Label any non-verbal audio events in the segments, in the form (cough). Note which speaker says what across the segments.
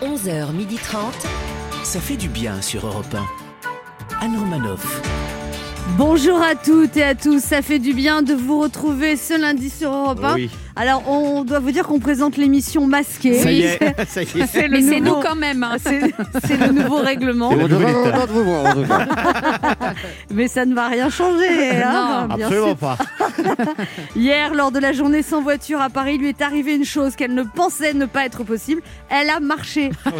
Speaker 1: 15h30.
Speaker 2: Ça fait du bien sur Europe 1. Anne Romanoff.
Speaker 3: Bonjour à toutes et à tous, ça fait du bien de vous retrouver ce lundi sur Europe 1.
Speaker 4: Oui.
Speaker 3: Alors on doit vous dire qu'on présente l'émission masquée.
Speaker 4: Ça y est, (laughs) ça y est.
Speaker 3: C'est le
Speaker 5: Mais c'est
Speaker 3: nouveau-
Speaker 5: nous quand même. hein.
Speaker 3: C'est c'est le nouveau règlement,
Speaker 4: C'est la nouvelle étape.
Speaker 3: mais ça ne va rien changer. hein, bien sûr.
Speaker 4: Absolument pas.
Speaker 3: Hier, lors de la journée sans voiture à Paris, lui est arrivée une chose qu'elle ne pensait ne pas être possible. Elle a marché.
Speaker 6: Oh,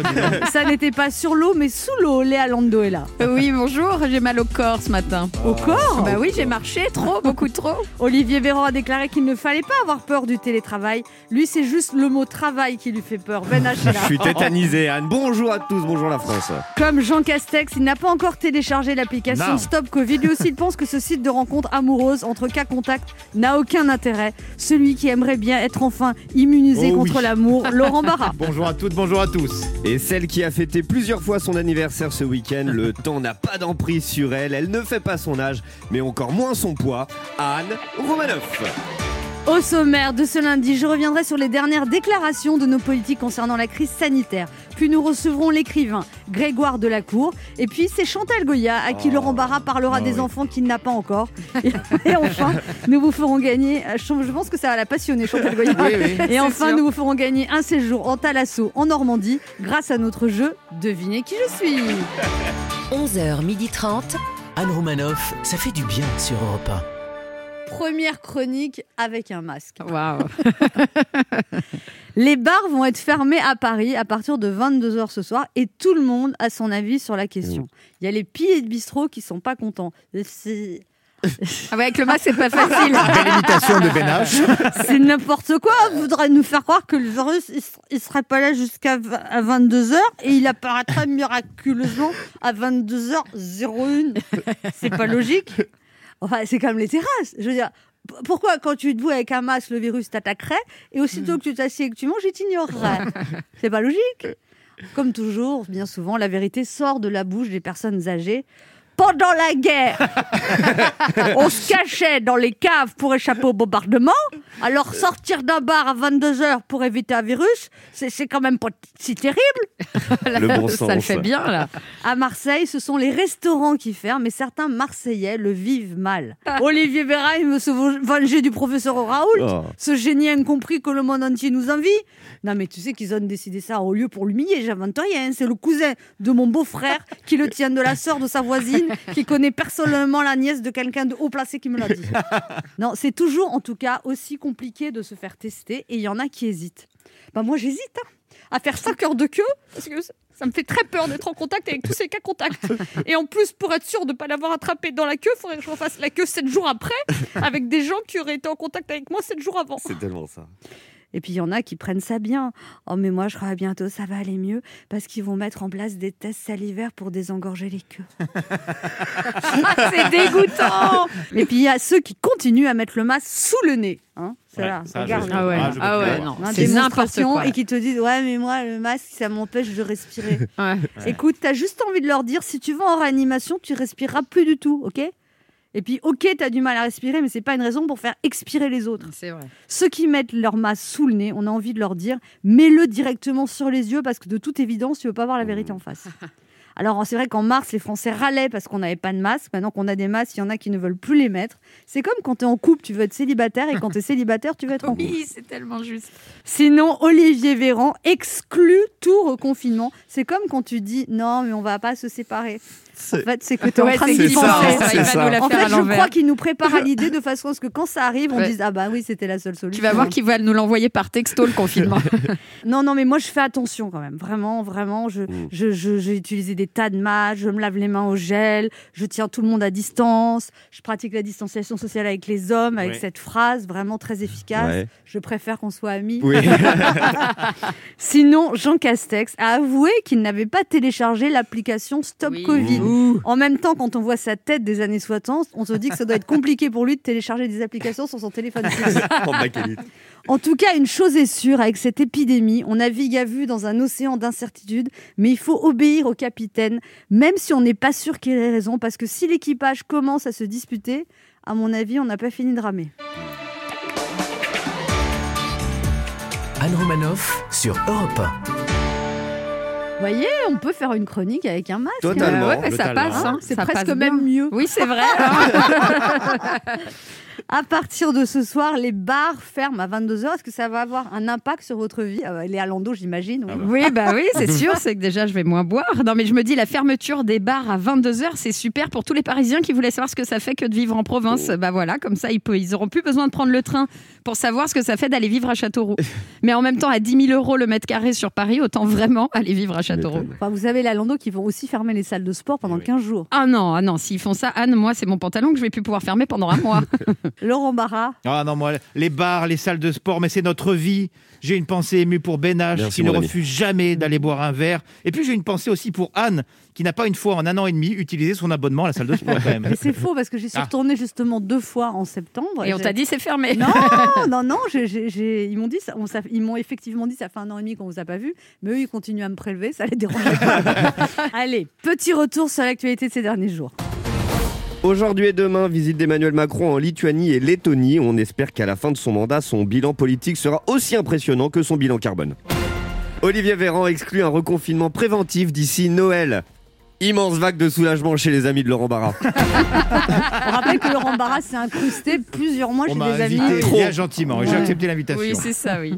Speaker 3: ça n'était pas sur l'eau, mais sous l'eau. Léa Lando est là.
Speaker 5: Euh, Oui, bonjour, j'ai mal au corps ce matin.
Speaker 3: Au corps
Speaker 5: Bah oui, j'ai marché trop, beaucoup trop.
Speaker 3: Olivier Véran a déclaré qu'il ne fallait pas avoir peur du télétravail. Lui, c'est juste le mot travail qui lui fait peur. Ben H est là.
Speaker 6: Je suis tétanisé, Anne. Bonjour à tous, bonjour la France.
Speaker 3: Comme Jean Castex, il n'a pas encore téléchargé l'application
Speaker 6: Non.
Speaker 3: Stop Covid. Lui aussi, il pense que ce site de rencontre amoureuse entre cas contacts n'a aucun intérêt. Celui qui aimerait bien être enfin immunisé
Speaker 4: Oh oui.
Speaker 3: contre l'amour, Laurent Barra.
Speaker 4: Bonjour à toutes, bonjour à tous.
Speaker 6: Et celle qui a fêté plusieurs fois son anniversaire ce week-end, le (laughs) temps n'a pas d'emprise sur elle, elle ne fait pas son âge, mais encore moins son poids, Anne Romanoff.
Speaker 3: Au sommaire de ce lundi, je reviendrai sur les dernières déclarations de nos politiques concernant la crise sanitaire. Puis nous recevrons l'écrivain Grégoire Delacour. Et puis c'est Chantal Goya, à qui Laurent Barra parlera des enfants qu'il n'a pas encore. Et enfin, nous vous ferons gagner. euh, Je pense que ça va la passionner, Chantal Goya. Et enfin,
Speaker 5: sûr.
Speaker 3: nous vous ferons gagner un séjour en Talasso, en Normandie, grâce à notre jeu Devinez qui je suis.
Speaker 1: 11h30.
Speaker 2: Anne Romanoff, ça fait du bien sur Europe 1.
Speaker 3: Première chronique avec un masque.
Speaker 5: Waouh.
Speaker 3: Les bars vont être fermés à Paris à partir de 22h ce soir et tout le monde a son avis sur la question. Il y a les pillés de bistrot qui sont pas contents. C'est
Speaker 5: Ah ouais, avec le masque, c'est
Speaker 3: (laughs)
Speaker 5: pas facile.
Speaker 4: Imitation de Ben H.
Speaker 3: c'est n'importe quoi. On voudrait nous faire croire que le virus, il s- il serait pas là jusqu'à 22h et il apparaîtrait miraculeusement à 22h01. C'est pas logique. Enfin, c'est comme les terrasses. Je veux dire, p- pourquoi quand tu te vois avec un masque, le virus t'attaquerait et aussitôt que tu t'assieds et que tu manges, il t'ignorerait C'est pas logique. Comme toujours, bien souvent, la vérité sort de la bouche des personnes âgées. Pendant la guerre, (laughs) on se cachait dans les caves pour échapper au bombardement. Alors sortir d'un bar à 22h pour éviter un virus, c'est c'est quand même pas t- si terrible.
Speaker 6: (laughs) Le bon
Speaker 5: Ça le
Speaker 6: sens.
Speaker 5: fait bien là.
Speaker 3: À Marseille, ce sont les restaurants qui ferment, mais certains Marseillais le vivent mal.
Speaker 5: Ah.
Speaker 3: Olivier Véra, il veut se venger du professeur Raoult.
Speaker 6: Oh.
Speaker 3: Ce génie incompris que le monde entier nous envie. Non, mais tu sais qu'ils ont décidé ça au lieu pour l'humilier, j'invente rien. C'est le cousin de mon beau-frère qui le tient de la sœur de sa voisine, qui connaît personnellement la nièce de quelqu'un de haut placé qui me l'a dit. Non, c'est toujours, en tout cas, aussi compliqué de se faire tester et il y en a qui hésitent. Bah, moi, j'hésite hein, à faire 5 heures de queue parce que ça- ça me fait très peur d'être en contact avec tous ces cas contacts. Et en plus, pour être sûr de ne pas l'avoir attrapé dans la queue, il faudrait que je refasse la queue 7 jours après
Speaker 6: (laughs)
Speaker 3: avec des gens qui auraient été en contact avec moi 7 jours avant.
Speaker 6: C'est tellement ça.
Speaker 3: Et puis il y en a qui prennent ça bien. Oh mais moi je crois que bientôt ça va aller mieux parce qu'ils vont mettre en place des tests salivaires pour désengorger les
Speaker 6: (laughs)
Speaker 3: queues.
Speaker 5: Ah, c'est dégoûtant.
Speaker 3: Et puis il y a ceux qui continuent à mettre le masque sous le nez. Hein,
Speaker 4: Ouais,
Speaker 3: Ceux-là,
Speaker 4: ça,
Speaker 3: regarde.
Speaker 4: je-
Speaker 5: Ah ouais,
Speaker 4: Ah, je peux
Speaker 5: ah
Speaker 4: plus
Speaker 5: ouais,
Speaker 4: le
Speaker 5: non.
Speaker 3: Hein,
Speaker 5: C'est n'importe
Speaker 3: démonstration,
Speaker 5: quoi.
Speaker 3: Et qui te disent ouais mais moi le masque ça m'empêche de respirer.
Speaker 5: Ouais.
Speaker 3: Écoute, t'as juste envie de leur dire si tu vas en réanimation, tu respireras plus du tout, ok Et puis ok, t'as du mal à respirer, mais c'est pas une raison pour faire expirer les autres.
Speaker 5: C'est vrai.
Speaker 3: Ceux qui mettent leur masque sous le nez, on a envie de leur dire mets-le directement sur les yeux parce que de toute évidence, tu veux pas voir la
Speaker 5: Mmh.
Speaker 3: vérité en face. (laughs) Alors, c'est vrai qu'en mars, les Français râlaient parce qu'on n'avait pas de masque. Maintenant qu'on a des masques, il y en a qui ne veulent plus les mettre. C'est comme quand tu es en couple, tu veux être célibataire et quand
Speaker 5: (laughs)
Speaker 3: tu es célibataire, tu veux être en couple.
Speaker 5: Oui, c'est tellement juste.
Speaker 3: Sinon, Olivier Véran exclut tout reconfinement. C'est comme quand tu dis non, mais on va pas se séparer. En fait, c'est
Speaker 5: (laughs)
Speaker 3: que tu es en
Speaker 5: Ouais,
Speaker 3: train
Speaker 5: c'est
Speaker 3: d'y
Speaker 6: ça,
Speaker 3: penser.
Speaker 6: c'est
Speaker 5: Il va
Speaker 6: ça.
Speaker 5: nous la
Speaker 3: En
Speaker 5: faire
Speaker 3: fait,
Speaker 5: à
Speaker 3: je crois
Speaker 5: l'envers.
Speaker 3: qu'il nous
Speaker 5: (laughs)
Speaker 3: prépare à l'idée de façon à ce que quand ça arrive, on
Speaker 5: Ouais.
Speaker 3: dise ah bah oui, c'était la seule solution.
Speaker 5: Tu vas voir qu'ils va nous l'envoyer par texto le confinement. (laughs)
Speaker 3: Non, non, mais moi je fais attention quand même. Vraiment, vraiment, je,
Speaker 6: Mm.
Speaker 3: je, je- j'ai utilisé des tas de masques, je me lave les mains au gel, je tiens tout le monde à distance, je pratique la distanciation sociale avec les hommes, avec
Speaker 4: Ouais.
Speaker 3: cette phrase vraiment très efficace.
Speaker 6: Ouais.
Speaker 3: Je préfère qu'on soit amis.
Speaker 6: Oui.
Speaker 3: (laughs) Sinon, Jean Castex a avoué qu'il n'avait pas téléchargé l'application Stop
Speaker 5: Oui.
Speaker 3: Covid.
Speaker 5: Ouh.
Speaker 3: En même temps, quand on voit sa tête des années 60, on se dit que ça doit être compliqué pour lui de télécharger des applications sur son téléphone.
Speaker 6: (laughs)
Speaker 3: fixe.
Speaker 4: (laughs)
Speaker 6: En bac élite.
Speaker 3: En tout cas, une chose est sûre, avec cette épidémie, on navigue à vue dans un océan d'incertitudes, mais il faut obéir au capitaine, même si on n'est pas sûr qu'il ait raison, parce que si l'équipage commence à se disputer, à mon avis, on n'a pas fini de ramer.
Speaker 2: Anne Romanoff sur Europe 1.
Speaker 1: voyez, on peut faire une chronique avec un masque.
Speaker 6: Totalement.
Speaker 5: ouais, mais
Speaker 6: le
Speaker 5: ça
Speaker 6: talent.
Speaker 5: passe. hein,
Speaker 1: C'est
Speaker 5: ça
Speaker 1: presque
Speaker 5: passe
Speaker 1: même
Speaker 5: bien.
Speaker 1: mieux.
Speaker 5: Oui, c'est vrai. hein.
Speaker 3: (laughs) À partir de ce soir, les bars ferment à 22h. Est-ce que ça va avoir un impact sur votre vie Ah bah, Les Alando, j'imagine. oui.
Speaker 5: Oui, bah oui, c'est sûr, c'est que déjà je vais moins boire. Non, mais je me dis, la fermeture des bars à 22h, c'est super pour tous les Parisiens qui voulaient savoir ce que ça fait que de vivre en province.
Speaker 6: Oh.
Speaker 5: Bah voilà, comme ça, ils n'auront ils auront plus besoin de prendre le train pour savoir ce que ça fait d'aller vivre à
Speaker 6: (laughs)
Speaker 5: Châteauroux. Mais en même temps, à 10 000 euros le mètre carré sur Paris, autant vraiment aller vivre à Châteauroux.
Speaker 3: Enfin, vous savez, les Alando qui vont aussi fermer les salles de sport pendant 15 jours.
Speaker 5: Ah non, ah non, s'ils font ça, Anne, moi, c'est mon pantalon que je vais plus pouvoir fermer pendant un mois.
Speaker 3: (laughs) Laurent Barra,
Speaker 4: Ah non, moi, les bars, les salles de sport, mais c'est notre vie. J'ai une pensée émue pour Ben H,
Speaker 6: Merci,
Speaker 4: qui ne
Speaker 6: mon ami.
Speaker 4: refuse jamais d'aller boire un verre. Et puis j'ai une pensée aussi pour Anne, qui n'a pas une fois en un an et demi utilisé son abonnement à la salle de sport quand même.
Speaker 3: (laughs) mais c'est faux parce que j'y suis
Speaker 4: Ah.
Speaker 3: retournée justement deux fois en septembre.
Speaker 5: Et on
Speaker 3: j'ai-
Speaker 5: t'a dit, c'est fermé. (laughs)
Speaker 3: Non, non, non, j'ai- j'ai- j'ai- ils m'ont dit, ça, on s'a- ils m'ont effectivement dit, ça fait un an et demi qu'on vous a pas vu, mais eux, ils continuent à me prélever, ça les dérange
Speaker 5: (laughs)
Speaker 3: pas. Allez, petit retour sur l'actualité de ces derniers jours.
Speaker 6: Aujourd'hui et demain, visite d'Emmanuel Macron en Lituanie et Lettonie. On espère qu'à la fin de son mandat, son bilan politique sera aussi impressionnant que son bilan carbone. Olivier Véran exclut un reconfinement préventif d'ici Noël. Immense vague de soulagement chez les amis de Laurent Barra.
Speaker 3: On rappelle que Laurent Barra s'est incrusté plusieurs mois
Speaker 4: On
Speaker 3: chez
Speaker 4: m'a
Speaker 3: des amis.
Speaker 4: invité
Speaker 6: Trop.
Speaker 4: bien gentiment et j'ai
Speaker 3: Ouais.
Speaker 4: accepté l'invitation.
Speaker 5: Oui, c'est ça, oui.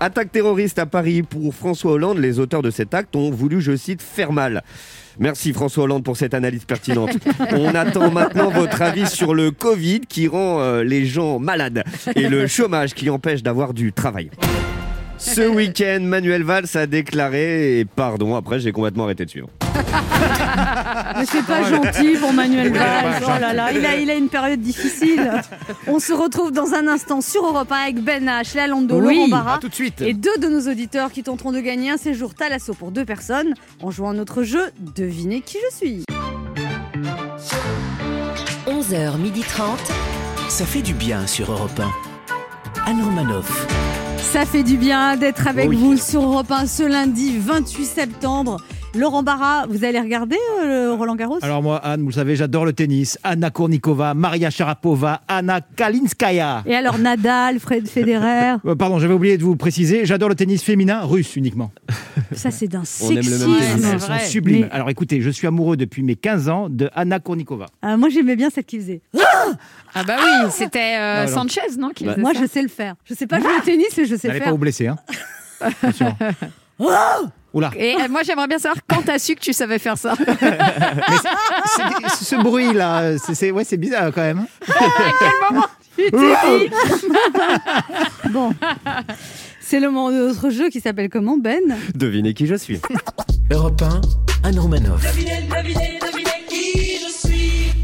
Speaker 6: Attaque terroriste à Paris pour François Hollande. Les auteurs de cet acte ont voulu, je cite, faire mal. Merci François Hollande pour cette analyse pertinente. On attend maintenant votre avis sur le Covid qui rend euh, les gens malades et le chômage qui empêche d'avoir du travail. Ce week-end, Manuel Valls a déclaré, et pardon, après j'ai complètement arrêté de suivre.
Speaker 1: Mais c'est pas gentil pour Manuel Valls.
Speaker 3: Oh là là, il a, il a une période
Speaker 4: (laughs)
Speaker 3: difficile. On se retrouve dans un instant sur Europe 1 avec Ben H, Lalando,
Speaker 5: Oui.
Speaker 3: Laurent
Speaker 4: À
Speaker 3: Barra
Speaker 4: tout de suite.
Speaker 3: et deux de nos auditeurs qui tenteront de gagner un séjour Talasso pour deux personnes en jouant à notre jeu Devinez qui je suis.
Speaker 7: 11h30.
Speaker 2: Ça fait du bien sur Europe 1. Anne Romanoff.
Speaker 3: Ça fait du bien d'être avec
Speaker 6: Oui.
Speaker 3: vous sur Europe 1 ce lundi 28 septembre. Laurent Barra, vous allez regarder euh, le Roland Garros
Speaker 4: Alors moi, Anne, vous le savez, j'adore le tennis. Anna Kournikova, Maria Sharapova, Anna Kalinskaya.
Speaker 3: Et alors Nadal, Fred
Speaker 4: (laughs)
Speaker 3: Federer,
Speaker 4: Euh, pardon, j'avais oublié de vous préciser, j'adore le tennis féminin russe uniquement.
Speaker 3: ça c'est d'un
Speaker 6: On aime le même
Speaker 3: sexisme.
Speaker 6: tennis.
Speaker 5: C'est
Speaker 4: Elles sont
Speaker 5: vrai.
Speaker 4: sublimes.
Speaker 3: Mais-
Speaker 4: Alors écoutez, je suis amoureux depuis mes 15 ans de Anna Kournikova.
Speaker 3: Euh, moi j'aimais bien celle qui faisait.
Speaker 5: Ah bah oui, c'était euh,
Speaker 4: Non, non.
Speaker 5: Sanchez,
Speaker 3: (laughs)
Speaker 5: non qui faisait
Speaker 3: Bah, Moi
Speaker 5: ça Ah
Speaker 3: je sais le faire. Je sais pas jouer au tennis mais je sais
Speaker 4: N'allez
Speaker 3: faire.
Speaker 4: pas vous blesser, hein
Speaker 3: (laughs)
Speaker 4: Attention. Oula,
Speaker 5: Et euh, moi, j'aimerais bien savoir quand t'as su que tu savais faire ça.
Speaker 4: C'est- ce bruit-là, c'est- c'est ouais, c'est bizarre quand même. hein.
Speaker 5: À quel moment tu t'es dit
Speaker 3: (laughs) Bon. C'est le moment de notre jeu qui s'appelle comment Ben
Speaker 6: Devinez qui je suis.
Speaker 2: Europe 1, Anne Romanoff.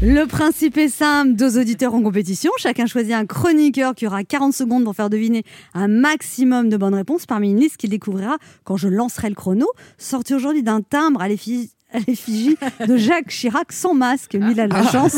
Speaker 3: Le principe est simple, deux auditeurs en compétition, chacun choisit un chroniqueur qui aura 40 secondes pour faire deviner un maximum de bonnes réponses parmi une liste qu'il découvrira quand je lancerai le chrono, sorti aujourd'hui d'un timbre à l'effigie à l'effigie de Jacques Chirac sans masque. Lui, il a de la chance.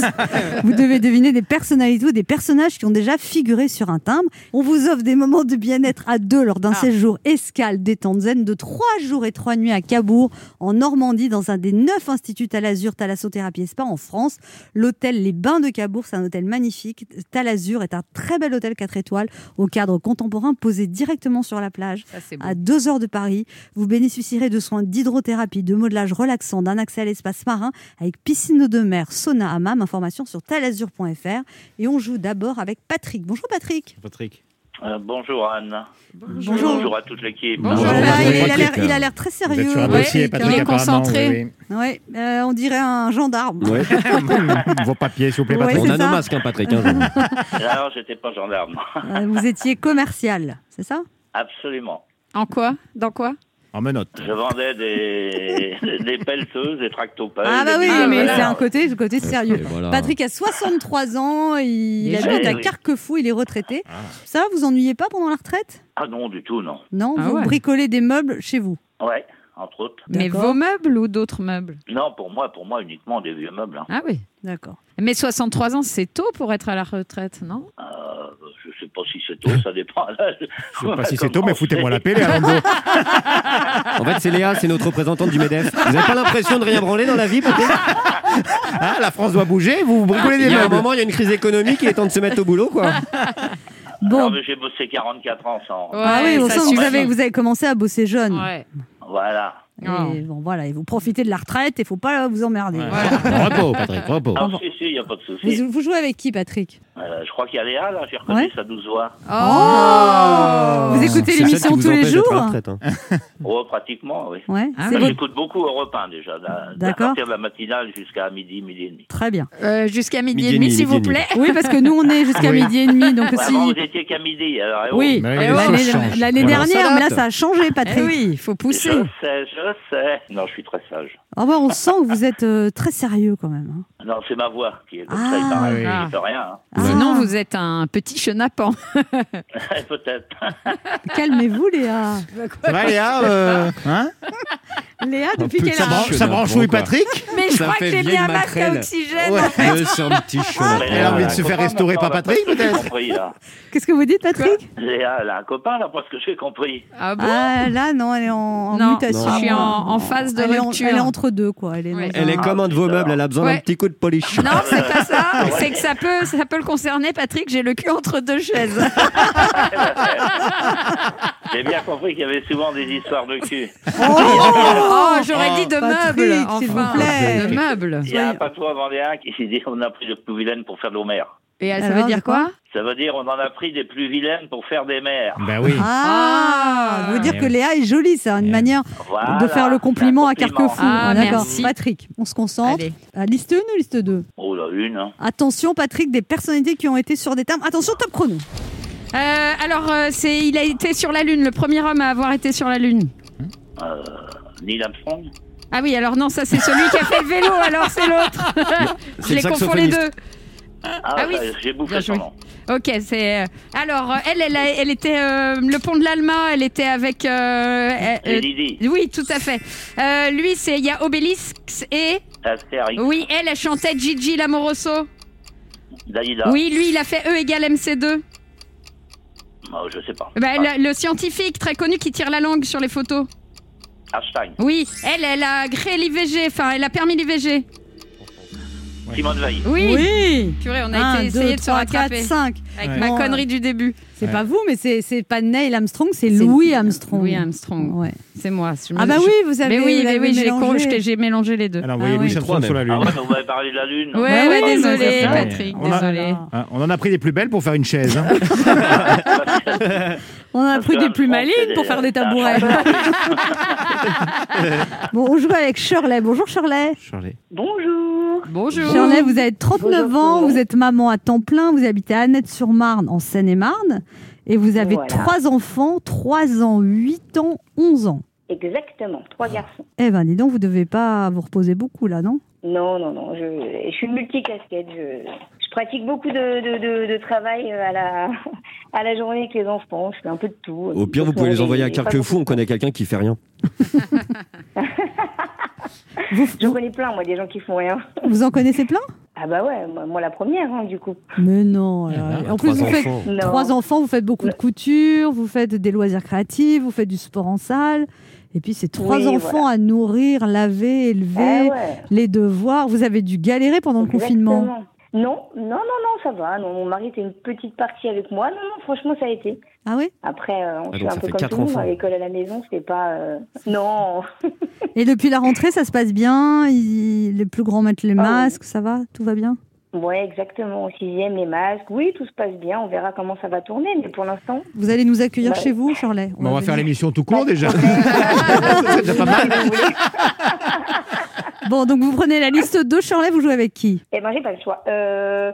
Speaker 3: Vous devez deviner des personnalités ou des personnages qui ont déjà figuré sur un timbre. On vous offre des moments de bien-être à deux lors d'un séjour escale détente zen de trois jours et trois nuits à Cabourg, en Normandie, dans un des neuf instituts Talazur, Thalassothérapie et Spa en France. L'hôtel Les Bains de Cabourg, c'est un hôtel magnifique. Talazur est un très bel hôtel 4 étoiles au cadre contemporain posé directement sur la plage
Speaker 5: Ça, c'est
Speaker 3: à 2 heures de Paris. Vous bénéficierez de soins d'hydrothérapie, de modelage relaxant, d'un accès à l'espace marin avec piscine de mer, sauna, hammam. Information sur talazur.fr. Et on joue d'abord avec Patrick. Bonjour Patrick.
Speaker 4: Patrick.
Speaker 8: Euh, bonjour Anne.
Speaker 3: Bonjour.
Speaker 8: à toute l'équipe.
Speaker 5: Bonjour.
Speaker 3: Oh là là,
Speaker 4: Bonjour,
Speaker 3: il, a l'air-
Speaker 4: Patrick. euh,
Speaker 3: il a l'air très
Speaker 4: Vous êtes sur un
Speaker 3: sérieux.
Speaker 5: Ouais,
Speaker 4: dossier,
Speaker 5: il
Speaker 4: Patrick.
Speaker 5: est
Speaker 4: apparemment,
Speaker 5: concentré.
Speaker 4: oui,
Speaker 3: Ouais, euh, on dirait un gendarme. (laughs)
Speaker 4: (laughs)
Speaker 6: Ouais.
Speaker 4: oui. Vos papiers, s'il vous plaît,
Speaker 3: Ouais,
Speaker 4: Patrick.
Speaker 6: On
Speaker 3: c'est
Speaker 6: a
Speaker 3: ça.
Speaker 6: nos masques, hein, Patrick. hein, Jean.
Speaker 8: (laughs) Alors, j'étais pas gendarme. (laughs)
Speaker 3: Euh, vous étiez commercial, c'est ça
Speaker 8: Absolument.
Speaker 5: En quoi Dans quoi
Speaker 4: En menottes.
Speaker 8: Je vendais des, des pelleteuses, des tractopelles.
Speaker 3: Ah bah
Speaker 8: des
Speaker 3: oui,
Speaker 8: billes de
Speaker 3: mais
Speaker 8: verre.
Speaker 3: c'est un côté, le côté sérieux.
Speaker 6: Et voilà.
Speaker 3: Patrick a 63 ans, il
Speaker 5: Il est
Speaker 3: habite à
Speaker 8: jeune.
Speaker 3: Carquefou, il est retraité. Ça, va, vous ennuyez pas pendant la retraite
Speaker 8: Ah non, du tout, non.
Speaker 3: Non,
Speaker 5: Ah
Speaker 3: vous
Speaker 5: ouais.
Speaker 3: bricolez des meubles chez vous.
Speaker 8: Ouais, entre autres.
Speaker 5: Mais
Speaker 3: D'accord.
Speaker 5: vos meubles ou d'autres meubles
Speaker 8: Non, pour moi, pour moi uniquement des vieux meubles. hein.
Speaker 5: Ah oui.
Speaker 3: D'accord.
Speaker 5: Mais 63 ans, c'est tôt pour être à la retraite, non
Speaker 8: Euh, je sais pas si c'est tôt, ça dépend. Je
Speaker 4: (laughs) Je sais pas si c'est tôt, mais foutez-moi la hein, paix, les Arando.
Speaker 6: (laughs) En fait, c'est Léa, c'est notre représentante du MEDEF. Vous n'avez pas l'impression de rien branler dans la vie, peut-être
Speaker 4: (laughs) Hein, la France doit bouger, vous vous bricolez des
Speaker 6: Il y a un
Speaker 4: meubles.
Speaker 6: moment, il y a une crise économique, il est temps de se mettre au boulot, quoi.
Speaker 3: Bon,
Speaker 8: J'ai bossé 44 ans sans.
Speaker 5: Ouais.
Speaker 3: ah oui, bon
Speaker 5: ça
Speaker 3: sens, vous
Speaker 5: suffit.
Speaker 3: avez, vous avez commencé à bosser jeune.
Speaker 5: Ouais.
Speaker 8: Voilà.
Speaker 5: Oh.
Speaker 3: Et bon, voilà, et vous profitez de la retraite et il ne faut pas vous emmerder.
Speaker 5: (laughs)
Speaker 4: Repos, Patrick, repos.
Speaker 8: Ah, si, si, il n'y a pas de souci.
Speaker 1: Vous, vous jouez avec qui, Patrick
Speaker 8: Euh, je crois qu'il y a Léa, là, j'ai reconnu
Speaker 3: Ouais.
Speaker 8: sa douce voix.
Speaker 5: Oh.
Speaker 3: Vous écoutez l'émission tous les jours
Speaker 8: (laughs) Oh, pratiquement, oui.
Speaker 3: Ouais,
Speaker 5: Ah,
Speaker 3: c'est
Speaker 5: bah,
Speaker 8: Bah,
Speaker 3: votre-
Speaker 8: J'écoute beaucoup Europe 1 déjà, là, à
Speaker 3: D'accord.
Speaker 8: partir de la matinale jusqu'à midi, midi et demi.
Speaker 3: Très bien.
Speaker 5: Euh, Jusqu'à midi,
Speaker 6: Midi
Speaker 5: et
Speaker 6: et
Speaker 5: demi,
Speaker 6: demi,
Speaker 5: s'il
Speaker 6: midi
Speaker 5: vous
Speaker 6: et demi.
Speaker 5: plaît.
Speaker 1: Oui, parce que nous, on est jusqu'à midi et demi,
Speaker 5: (laughs)
Speaker 1: donc
Speaker 8: Ouais,
Speaker 1: si...
Speaker 8: avant, vous étiez qu'à midi, alors, eh oh.
Speaker 1: Oui,
Speaker 4: Mais oui,
Speaker 1: eh
Speaker 4: les
Speaker 1: ouais,
Speaker 4: choses
Speaker 1: l'année-
Speaker 4: changent.
Speaker 1: l'année
Speaker 4: Voilà.
Speaker 1: dernière, mais là, ça...
Speaker 3: a changé, Patrick.
Speaker 5: Eh oui, il faut
Speaker 8: Je
Speaker 5: pousser.
Speaker 8: sais, je sais. Non, je suis très sage.
Speaker 3: Au revoir, Ah on sent que vous êtes euh, très sérieux quand même. hein.
Speaker 8: Non, c'est ma voix qui est comme
Speaker 3: Ah.
Speaker 8: ça, il paraît.
Speaker 4: Ah oui.
Speaker 8: Je peux rien,
Speaker 5: Sinon,
Speaker 3: Ah,
Speaker 5: Bah vous êtes un petit chenapan.
Speaker 8: hein. (laughs) peut-être.
Speaker 3: (laughs) Calmez-vous, Léa.
Speaker 4: Ça va,
Speaker 8: (laughs)
Speaker 4: Léa euh, hein
Speaker 1: Léa, Ah, depuis
Speaker 9: peu de
Speaker 1: qu'elle
Speaker 4: Ça
Speaker 1: a...
Speaker 4: branche, ça branche oui, Patrick
Speaker 5: Mais je
Speaker 9: Ça
Speaker 5: crois que
Speaker 9: fait
Speaker 5: j'ai mis
Speaker 9: vieille
Speaker 5: un masque à
Speaker 9: matrelle.
Speaker 5: oxygène.
Speaker 8: Euh,
Speaker 9: Ouais, c'est un
Speaker 1: (laughs)
Speaker 9: petit chenapan.
Speaker 8: Mais
Speaker 4: Elle a envie de se
Speaker 8: copain,
Speaker 4: faire restaurer
Speaker 8: maintenant,
Speaker 4: par
Speaker 8: là,
Speaker 4: Patrick,
Speaker 8: parce que j'ai
Speaker 4: peut-être
Speaker 8: compris, là.
Speaker 3: Qu'est-ce que vous dites, Patrick
Speaker 8: Léa, elle a un copain, là, parce que j'ai compris.
Speaker 5: Ah bon
Speaker 3: Ah là, non, elle est en, en
Speaker 5: Non,
Speaker 3: mutation.
Speaker 5: je suis en, en phase de
Speaker 3: elle, est en-
Speaker 5: rupture.
Speaker 3: elle est entre deux, quoi. Elle est,
Speaker 5: Ouais.
Speaker 3: dans
Speaker 6: Elle
Speaker 3: un-
Speaker 6: est comme un de vos meubles, elle a besoin
Speaker 5: Ouais.
Speaker 6: d'un petit coup de polish.
Speaker 5: Non, c'est pas ça. C'est que ça peut, ça peut le concerner, Patrick. J'ai le cul entre deux chaises.
Speaker 8: J'ai bien compris qu'il y avait souvent des histoires de cul. (laughs)
Speaker 5: Oh, j'aurais dit de
Speaker 3: Patrick,
Speaker 5: meubles.
Speaker 3: s'il
Speaker 5: enfin.
Speaker 3: vous plaît.
Speaker 5: De meubles.
Speaker 8: Il y a un patois vendéen qui s'est dit on a pris de plus vilaines pour faire de nos mères.
Speaker 5: Et ça
Speaker 3: Alors,
Speaker 5: veut dire
Speaker 3: de quoi
Speaker 5: quoi
Speaker 8: Ça veut dire on en a pris des plus vilaines pour faire des mères.
Speaker 4: Ben oui.
Speaker 3: Ah,
Speaker 5: Ah.
Speaker 3: vous dire
Speaker 4: Eh
Speaker 3: que
Speaker 4: oui.
Speaker 3: Léa est jolie, c'est une
Speaker 4: Eh
Speaker 3: manière
Speaker 8: Voilà,
Speaker 3: de faire le compliment à Carquefou.
Speaker 5: Ah,
Speaker 3: D'accord.
Speaker 5: merci.
Speaker 3: Patrick, on se concentre.
Speaker 5: Allez.
Speaker 3: Ah, Liste 1 ou liste 2
Speaker 8: Oh là, une. hein.
Speaker 3: Attention, Patrick, des personnalités qui ont été sur des termes. Attention, top chrono.
Speaker 5: Euh, alors, euh, c'est, il a été sur la Lune, le premier homme à avoir été sur la Lune.
Speaker 8: Euh, Neil Armstrong.
Speaker 5: Ah oui, alors non, ça c'est celui qui a fait le vélo, alors c'est
Speaker 4: (laughs)
Speaker 5: l'autre. Je
Speaker 6: C'est
Speaker 5: les
Speaker 6: le
Speaker 5: confonds les deux.
Speaker 6: saxophoniste.
Speaker 8: Ah,
Speaker 5: Ah oui,
Speaker 8: ça, j'ai bouffé
Speaker 5: bien
Speaker 8: son
Speaker 5: joué.
Speaker 8: nom.
Speaker 5: Ok, c'est. euh, Alors, euh, elle, elle, a- elle était. euh, le pont de l'Alma, elle était avec. euh, euh,
Speaker 8: Et Didi.
Speaker 5: euh, oui, tout à fait. Euh, lui, c'est. Il y a Obélix et.
Speaker 8: Astérix.
Speaker 5: Oui, elle, elle chantait Gigi Lamoroso.
Speaker 8: Dalida.
Speaker 5: Oui, lui, il a fait E égale MC2.
Speaker 8: Oh, je sais pas.
Speaker 5: Bah, le, le scientifique très connu qui tire la langue sur les photos.
Speaker 8: Ah, Einstein.
Speaker 5: Oui, elle, elle a créé l'IVG, enfin, elle a permis l'IVG.
Speaker 8: Simone Veil.
Speaker 5: Oui.
Speaker 1: Oui
Speaker 5: Purée, on a
Speaker 3: Un,
Speaker 5: été essayé
Speaker 3: deux,
Speaker 5: de se
Speaker 3: trois, quatre,
Speaker 5: rattraper
Speaker 3: cinq.
Speaker 5: avec
Speaker 4: Ouais.
Speaker 5: ma
Speaker 3: Bon,
Speaker 5: connerie du début.
Speaker 3: C'est
Speaker 4: Ouais.
Speaker 3: pas vous, mais c'est c'est pas Neil Armstrong, c'est
Speaker 5: C'est-
Speaker 3: Louis Armstrong.
Speaker 5: Louis Armstrong.
Speaker 3: Ouais.
Speaker 5: C'est moi. je me-
Speaker 3: Ah bah
Speaker 5: je-
Speaker 3: oui, vous avez.
Speaker 5: Mais oui,
Speaker 3: vous
Speaker 5: mais
Speaker 3: l'avez
Speaker 5: oui, j'ai con-
Speaker 3: mélangé.
Speaker 5: j'ai- j'ai mélangé les deux.
Speaker 4: Elle a envoyé Louis
Speaker 6: oui.
Speaker 4: Armstrong sur la
Speaker 8: Ah
Speaker 4: Lune.
Speaker 8: ouais, vous m'avez parlé de la Lune.
Speaker 5: Ouais,
Speaker 3: Ouais,
Speaker 5: ouais,
Speaker 3: ouais,
Speaker 5: désolé,
Speaker 3: mais ça fait-
Speaker 5: Patrick,
Speaker 4: On a-
Speaker 5: désolé.
Speaker 4: Hein, on en a pris des plus belles pour faire une chaise. hein.
Speaker 3: On en a
Speaker 8: Parce
Speaker 3: pris
Speaker 8: que
Speaker 3: des
Speaker 8: Armstrong,
Speaker 3: plus
Speaker 8: c'est
Speaker 3: malines
Speaker 8: des-
Speaker 3: pour faire des
Speaker 8: c'est un
Speaker 3: tabourets. bon, on joue avec Shirley. Bonjour Shirley.
Speaker 10: Bonjour.
Speaker 5: Bonjour.
Speaker 3: Shirley, vous avez 39
Speaker 10: Bonjour,
Speaker 3: ans,
Speaker 10: Shirley.
Speaker 3: vous êtes maman à temps plein, vous habitez à Annette-sur-Marne, en Seine-et-Marne, et vous avez
Speaker 10: Voilà.
Speaker 3: trois enfants, 3 ans, 8 ans, 11 ans.
Speaker 10: Exactement,
Speaker 6: Ah.
Speaker 10: trois garçons.
Speaker 3: Eh ben, dis donc, vous devez pas vous reposer beaucoup là, non
Speaker 10: Non, non, non, je, je suis multicasquette. Je, je pratique beaucoup de, de, de, de travail euh, à la, (laughs) à la journée avec les enfants. Je fais un peu de tout.
Speaker 6: (laughs) Au pire, vous pouvez les envoyer à Carquefou, on connaît quelqu'un qui fait rien.
Speaker 3: vous,
Speaker 10: J'en
Speaker 3: vous-
Speaker 10: connais plein, moi, des gens qui font rien. (laughs)
Speaker 3: vous en connaissez plein
Speaker 10: Ah bah ouais, moi, moi, la première, hein, du coup.
Speaker 3: Mais non. là, en plus, vous faites
Speaker 10: Non.
Speaker 3: Eh ben, trois enfants, vous faites beaucoup de couture, vous faites des loisirs créatifs, vous faites du sport en salle. Et puis, c'est trois
Speaker 10: Oui,
Speaker 3: enfants à nourrir, laver, élever,
Speaker 10: Ah ouais.
Speaker 3: les devoirs. Vous avez dû galérer pendant le confinement.
Speaker 10: Exactement. Non, non, non, non, ça va. Non, mon mari était une petite partie avec moi. Non, non, franchement, ça a été.
Speaker 3: Ah oui
Speaker 10: Après, euh, on
Speaker 6: Ah,
Speaker 10: fait
Speaker 6: donc
Speaker 10: un
Speaker 6: ça
Speaker 10: peu
Speaker 6: fait
Speaker 10: comme
Speaker 6: quatre
Speaker 10: tout le monde.
Speaker 6: enfants.
Speaker 10: À l'école, à la maison, c'était pas... euh, Non,
Speaker 3: Et depuis la rentrée, ça se passe bien Il- Les plus grands mettent les
Speaker 10: oui.
Speaker 3: masques, ça va Tout va bien
Speaker 10: Ouais, exactement. Au sixième, les masques. Oui, tout se passe bien. On verra comment ça va tourner, mais pour l'instant.
Speaker 3: Vous allez nous accueillir
Speaker 10: Ouais.
Speaker 3: chez vous, Shirley
Speaker 4: Bon, on va
Speaker 3: venir. bah,
Speaker 4: faire l'émission tout court déjà.
Speaker 3: Bon, donc vous prenez la liste 2, Shirley, vous jouez avec qui
Speaker 10: Eh ben, j'ai pas le choix. Euh...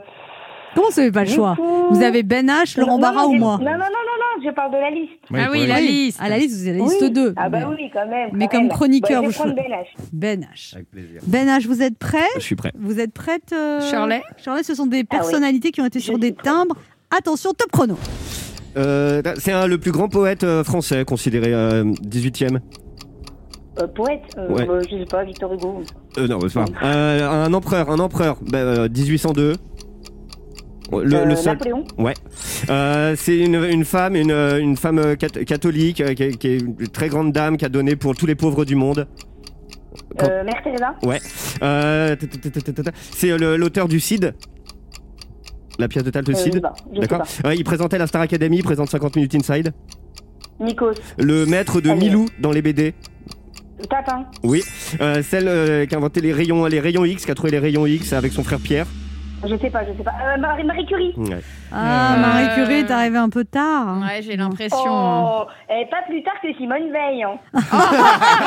Speaker 3: Comment ça, vous n'avez pas le
Speaker 10: du
Speaker 3: choix
Speaker 10: coup-
Speaker 3: Vous avez Ben H,
Speaker 10: Non,
Speaker 3: Laurent
Speaker 10: non,
Speaker 3: Barra
Speaker 10: non,
Speaker 3: ou
Speaker 10: j'ai-
Speaker 3: moi
Speaker 10: Non, non, non, non, non, je parle de la liste.
Speaker 5: Ah oui, la
Speaker 3: Oui,
Speaker 5: liste.
Speaker 3: À la liste, vous avez la liste
Speaker 10: Oui.
Speaker 3: 2.
Speaker 10: Ah bah oui, quand même.
Speaker 3: mais
Speaker 10: quand
Speaker 3: comme
Speaker 10: même.
Speaker 3: chroniqueur,
Speaker 10: Bah, je
Speaker 3: vous
Speaker 10: vais prendre
Speaker 3: cho-
Speaker 10: Ben H.
Speaker 3: Ben H.
Speaker 6: Avec plaisir.
Speaker 3: Ben H, vous êtes prêts
Speaker 6: Je suis prêt.
Speaker 3: Vous êtes prête euh,
Speaker 5: Shirley
Speaker 3: Shirley, ce sont des personnalités qui ont été
Speaker 10: Ah Je
Speaker 3: sur
Speaker 10: suis
Speaker 3: des
Speaker 10: prête.
Speaker 3: timbres. Attention, top chrono.
Speaker 6: Euh, c'est un- le plus grand poète euh, français, considéré euh, 18e.
Speaker 10: Euh, poète, euh,
Speaker 6: Ouais.
Speaker 10: bah, je sais pas, Victor Hugo.
Speaker 6: Euh, non, c'est pas. Euh, un empereur, un empereur, bah, euh, 1802. Le,
Speaker 10: Euh,
Speaker 6: le seul.
Speaker 10: Napoléon.
Speaker 6: Ouais. Euh, c'est une, une femme, une, euh, une femme euh, cat- catholique, euh, qui, est- qui est une très grande dame, qui a donné pour tous les pauvres du monde. Quand-
Speaker 10: Euh, Mère Teresa.
Speaker 6: Euh, ta- ta- ta- ta- ta- ta- ta. c'est euh, le- l'auteur du Cid. La pièce de Tal, le
Speaker 10: Euh,
Speaker 6: Cid.
Speaker 10: bah, je sais
Speaker 6: D'accord.
Speaker 10: pas.
Speaker 6: Ouais, il présentait la Star Academy, il présente 50 minutes inside.
Speaker 10: Nikos.
Speaker 6: Le maître de
Speaker 10: Allez.
Speaker 6: Milou dans les BD.
Speaker 10: Papin.
Speaker 6: Oui, Euh, celle euh, qui a inventé les rayons, les rayons X, qui a trouvé les rayons X avec son frère Pierre.
Speaker 10: Je sais pas, je sais pas. Euh, Marie, Marie Curie.
Speaker 6: Ouais.
Speaker 3: Ah,
Speaker 10: Euh,
Speaker 3: Marie Curie est arrivée un peu tard.
Speaker 5: Ouais, j'ai hein.
Speaker 10: Oh, eh, pas plus tard que Simone Veil. hein.
Speaker 5: (laughs)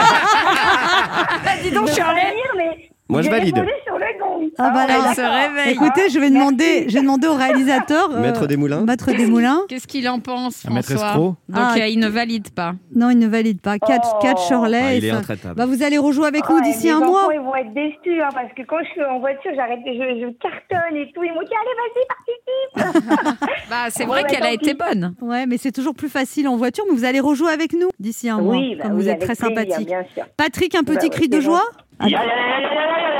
Speaker 10: Ah,
Speaker 5: dis donc,
Speaker 10: Je peux pas
Speaker 5: Shirley.
Speaker 10: dire, mais
Speaker 6: Moi, je
Speaker 10: j'ai
Speaker 6: valide.
Speaker 10: répondu sur le gong.
Speaker 3: Ah bah
Speaker 10: Ah,
Speaker 3: alors,
Speaker 10: d'accord.
Speaker 5: se réveille.
Speaker 3: Écoutez, je vais demander, j'ai demandé au réalisateur. euh,
Speaker 6: Maître des moulins.
Speaker 3: Maître des Moulins.
Speaker 5: Qu'est-ce qu'il en pense,
Speaker 4: Un maître
Speaker 5: François
Speaker 4: escroc.
Speaker 5: Donc
Speaker 3: Ah.
Speaker 5: euh, il ne valide pas.
Speaker 3: Non, il ne valide pas. 4
Speaker 10: Oh.
Speaker 3: Shirley.
Speaker 6: Ah,
Speaker 3: et
Speaker 6: il est
Speaker 3: ça-
Speaker 6: intraitable.
Speaker 3: Bah, vous allez rejouer avec nous
Speaker 10: Ah, Ouais,
Speaker 3: d'ici
Speaker 10: mes
Speaker 3: un
Speaker 10: enfants,
Speaker 3: mois.
Speaker 10: Ils vont être déçus, hein, parce que quand je suis en voiture, j'arrête, je, je cartonne et tout. Ils m'ont dit, allez, vas-y, participe.
Speaker 5: Bah, c'est
Speaker 10: Ouais,
Speaker 5: vrai
Speaker 10: bah,
Speaker 5: qu'elle a
Speaker 10: tant
Speaker 5: été
Speaker 10: pis.
Speaker 5: bonne.
Speaker 3: Ouais, mais c'est toujours plus facile en voiture, mais vous allez rejouer avec nous d'ici un mois,
Speaker 10: bah
Speaker 3: comme vous êtes très
Speaker 10: avec plaisir,
Speaker 3: sympathique.
Speaker 10: Bien sûr. Bah
Speaker 3: Patrick, un petit
Speaker 10: ouais,
Speaker 3: cri de
Speaker 10: c'est
Speaker 3: joie
Speaker 8: Ya, ya, ya, ya, ya, ya,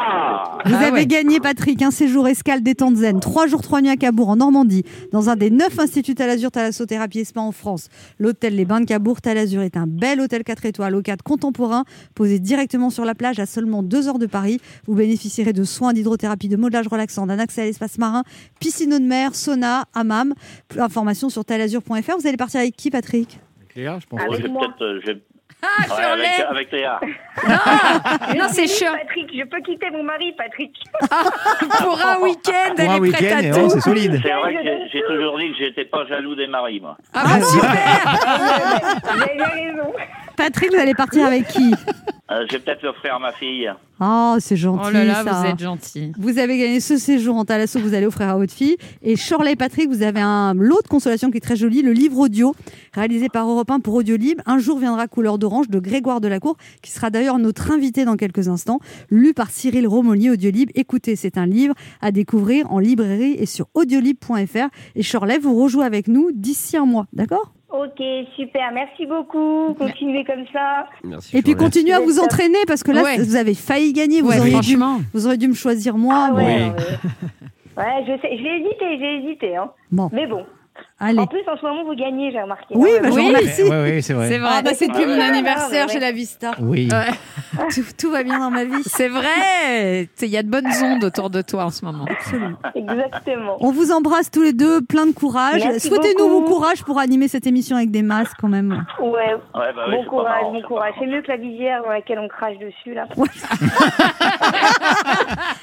Speaker 8: ya.
Speaker 3: Vous
Speaker 5: Ah
Speaker 3: avez
Speaker 5: ouais.
Speaker 3: gagné, Patrick, un séjour escale détente zen, trois jours, trois nuits à Cabourg, en Normandie, dans un des neuf instituts Talazur Thalassothérapie et Spa en France. L'hôtel Les Bains de Cabourg Talazur est un bel hôtel 4 étoiles au cadre contemporain, posé directement sur la plage à seulement 2 heures de Paris. Vous bénéficierez de soins d'hydrothérapie, de modelage relaxant, d'un accès à l'espace marin, piscine eau de mer, sauna, hammam. Plus d'informations sur talazur.fr. Vous allez partir avec qui,
Speaker 5: (laughs)
Speaker 3: Patrick
Speaker 4: Claire, je pense.
Speaker 8: Bon,
Speaker 10: Avec
Speaker 8: je vais
Speaker 10: moi.
Speaker 8: peut-être, euh, je vais-
Speaker 5: Ah,
Speaker 8: Ouais,
Speaker 5: Shirley
Speaker 8: avec, avec Léa.
Speaker 5: Ah, Non,
Speaker 10: Je
Speaker 5: c'est
Speaker 10: dis,
Speaker 5: Shirley.
Speaker 10: Patrick, je peux quitter mon mari, Patrick.
Speaker 5: (laughs) Pour un week-end,
Speaker 4: Pour un
Speaker 5: elle est prête
Speaker 4: week-end,
Speaker 5: à
Speaker 4: et
Speaker 5: tout.
Speaker 10: hein,
Speaker 4: ouais, c'est solide.
Speaker 8: oh, C'est vrai
Speaker 10: je
Speaker 5: (laughs)
Speaker 8: que j'ai- j'ai toujours dit que j'étais pas jaloux des maris, moi.
Speaker 5: Ah, bah, super
Speaker 10: Vous avez raison.
Speaker 3: Patrick, vous allez partir avec qui
Speaker 8: Euh, je vais peut-être l'offrir à ma fille.
Speaker 3: Oh, c'est gentil
Speaker 5: Oh là là,
Speaker 3: ça.
Speaker 5: vous êtes gentil.
Speaker 3: Vous avez gagné ce séjour en Thalasso que vous allez offrir à votre fille. Et Shirley et Patrick, vous avez un lot de consolation qui est très joli, le livre audio, réalisé par Europe 1 pour Audio Libre. Un jour viendra couleur d'orange de Grégoire Delacour, qui sera d'ailleurs notre invité dans quelques instants, lu par Cyril Romoli, Audio Libre. Écoutez, c'est un livre à découvrir en librairie et sur audiolibre.fr. Et Shirley, vous rejouez avec nous d'ici un mois, d'accord
Speaker 10: Ok, super. Merci beaucoup. Continuez comme ça.
Speaker 6: Merci,
Speaker 3: Et puis
Speaker 6: Shirley.
Speaker 3: continuez à vous entraîner, parce que là,
Speaker 5: Ouais.
Speaker 3: vous avez failli gagner. Vous,
Speaker 5: Ouais,
Speaker 3: auriez, dû,
Speaker 5: franchement.
Speaker 3: vous auriez dû me choisir moi.
Speaker 10: Ah
Speaker 3: mais-
Speaker 10: ouais, alors, euh, ouais, je sais. J'ai hésité, j'ai hésité. Hein.
Speaker 3: Bon,
Speaker 10: Mais bon.
Speaker 3: allez.
Speaker 10: En plus, en ce moment, vous gagnez, j'ai remarqué.
Speaker 3: Oui,
Speaker 10: Ah,
Speaker 3: bah, je
Speaker 5: Oui.
Speaker 3: vous remercie.
Speaker 4: Oui, oui, c'est vrai. Ah
Speaker 5: C'est vrai.
Speaker 3: Ah, bah, c'est
Speaker 8: depuis mon
Speaker 10: anniversaire, j'ai
Speaker 3: la vista.
Speaker 4: Oui.
Speaker 5: Ouais.
Speaker 3: Tout, tout va bien dans ma vie.
Speaker 5: C'est vrai. Il y a de bonnes ondes autour de toi en ce moment.
Speaker 3: Absolument.
Speaker 10: Exactement.
Speaker 3: On vous embrasse tous les deux, plein de courage.
Speaker 10: Merci
Speaker 3: Souhaitez-nous
Speaker 10: beaucoup.
Speaker 3: bon courage pour animer cette émission avec des masques quand même.
Speaker 10: Ouais.
Speaker 8: Ouais,
Speaker 10: bon
Speaker 8: bah oui, c'est pas
Speaker 10: courage,
Speaker 8: marrant,
Speaker 10: bon
Speaker 8: c'est pas
Speaker 10: courage.
Speaker 8: marrant.
Speaker 10: C'est mieux que la visière dans laquelle on crache dessus, là.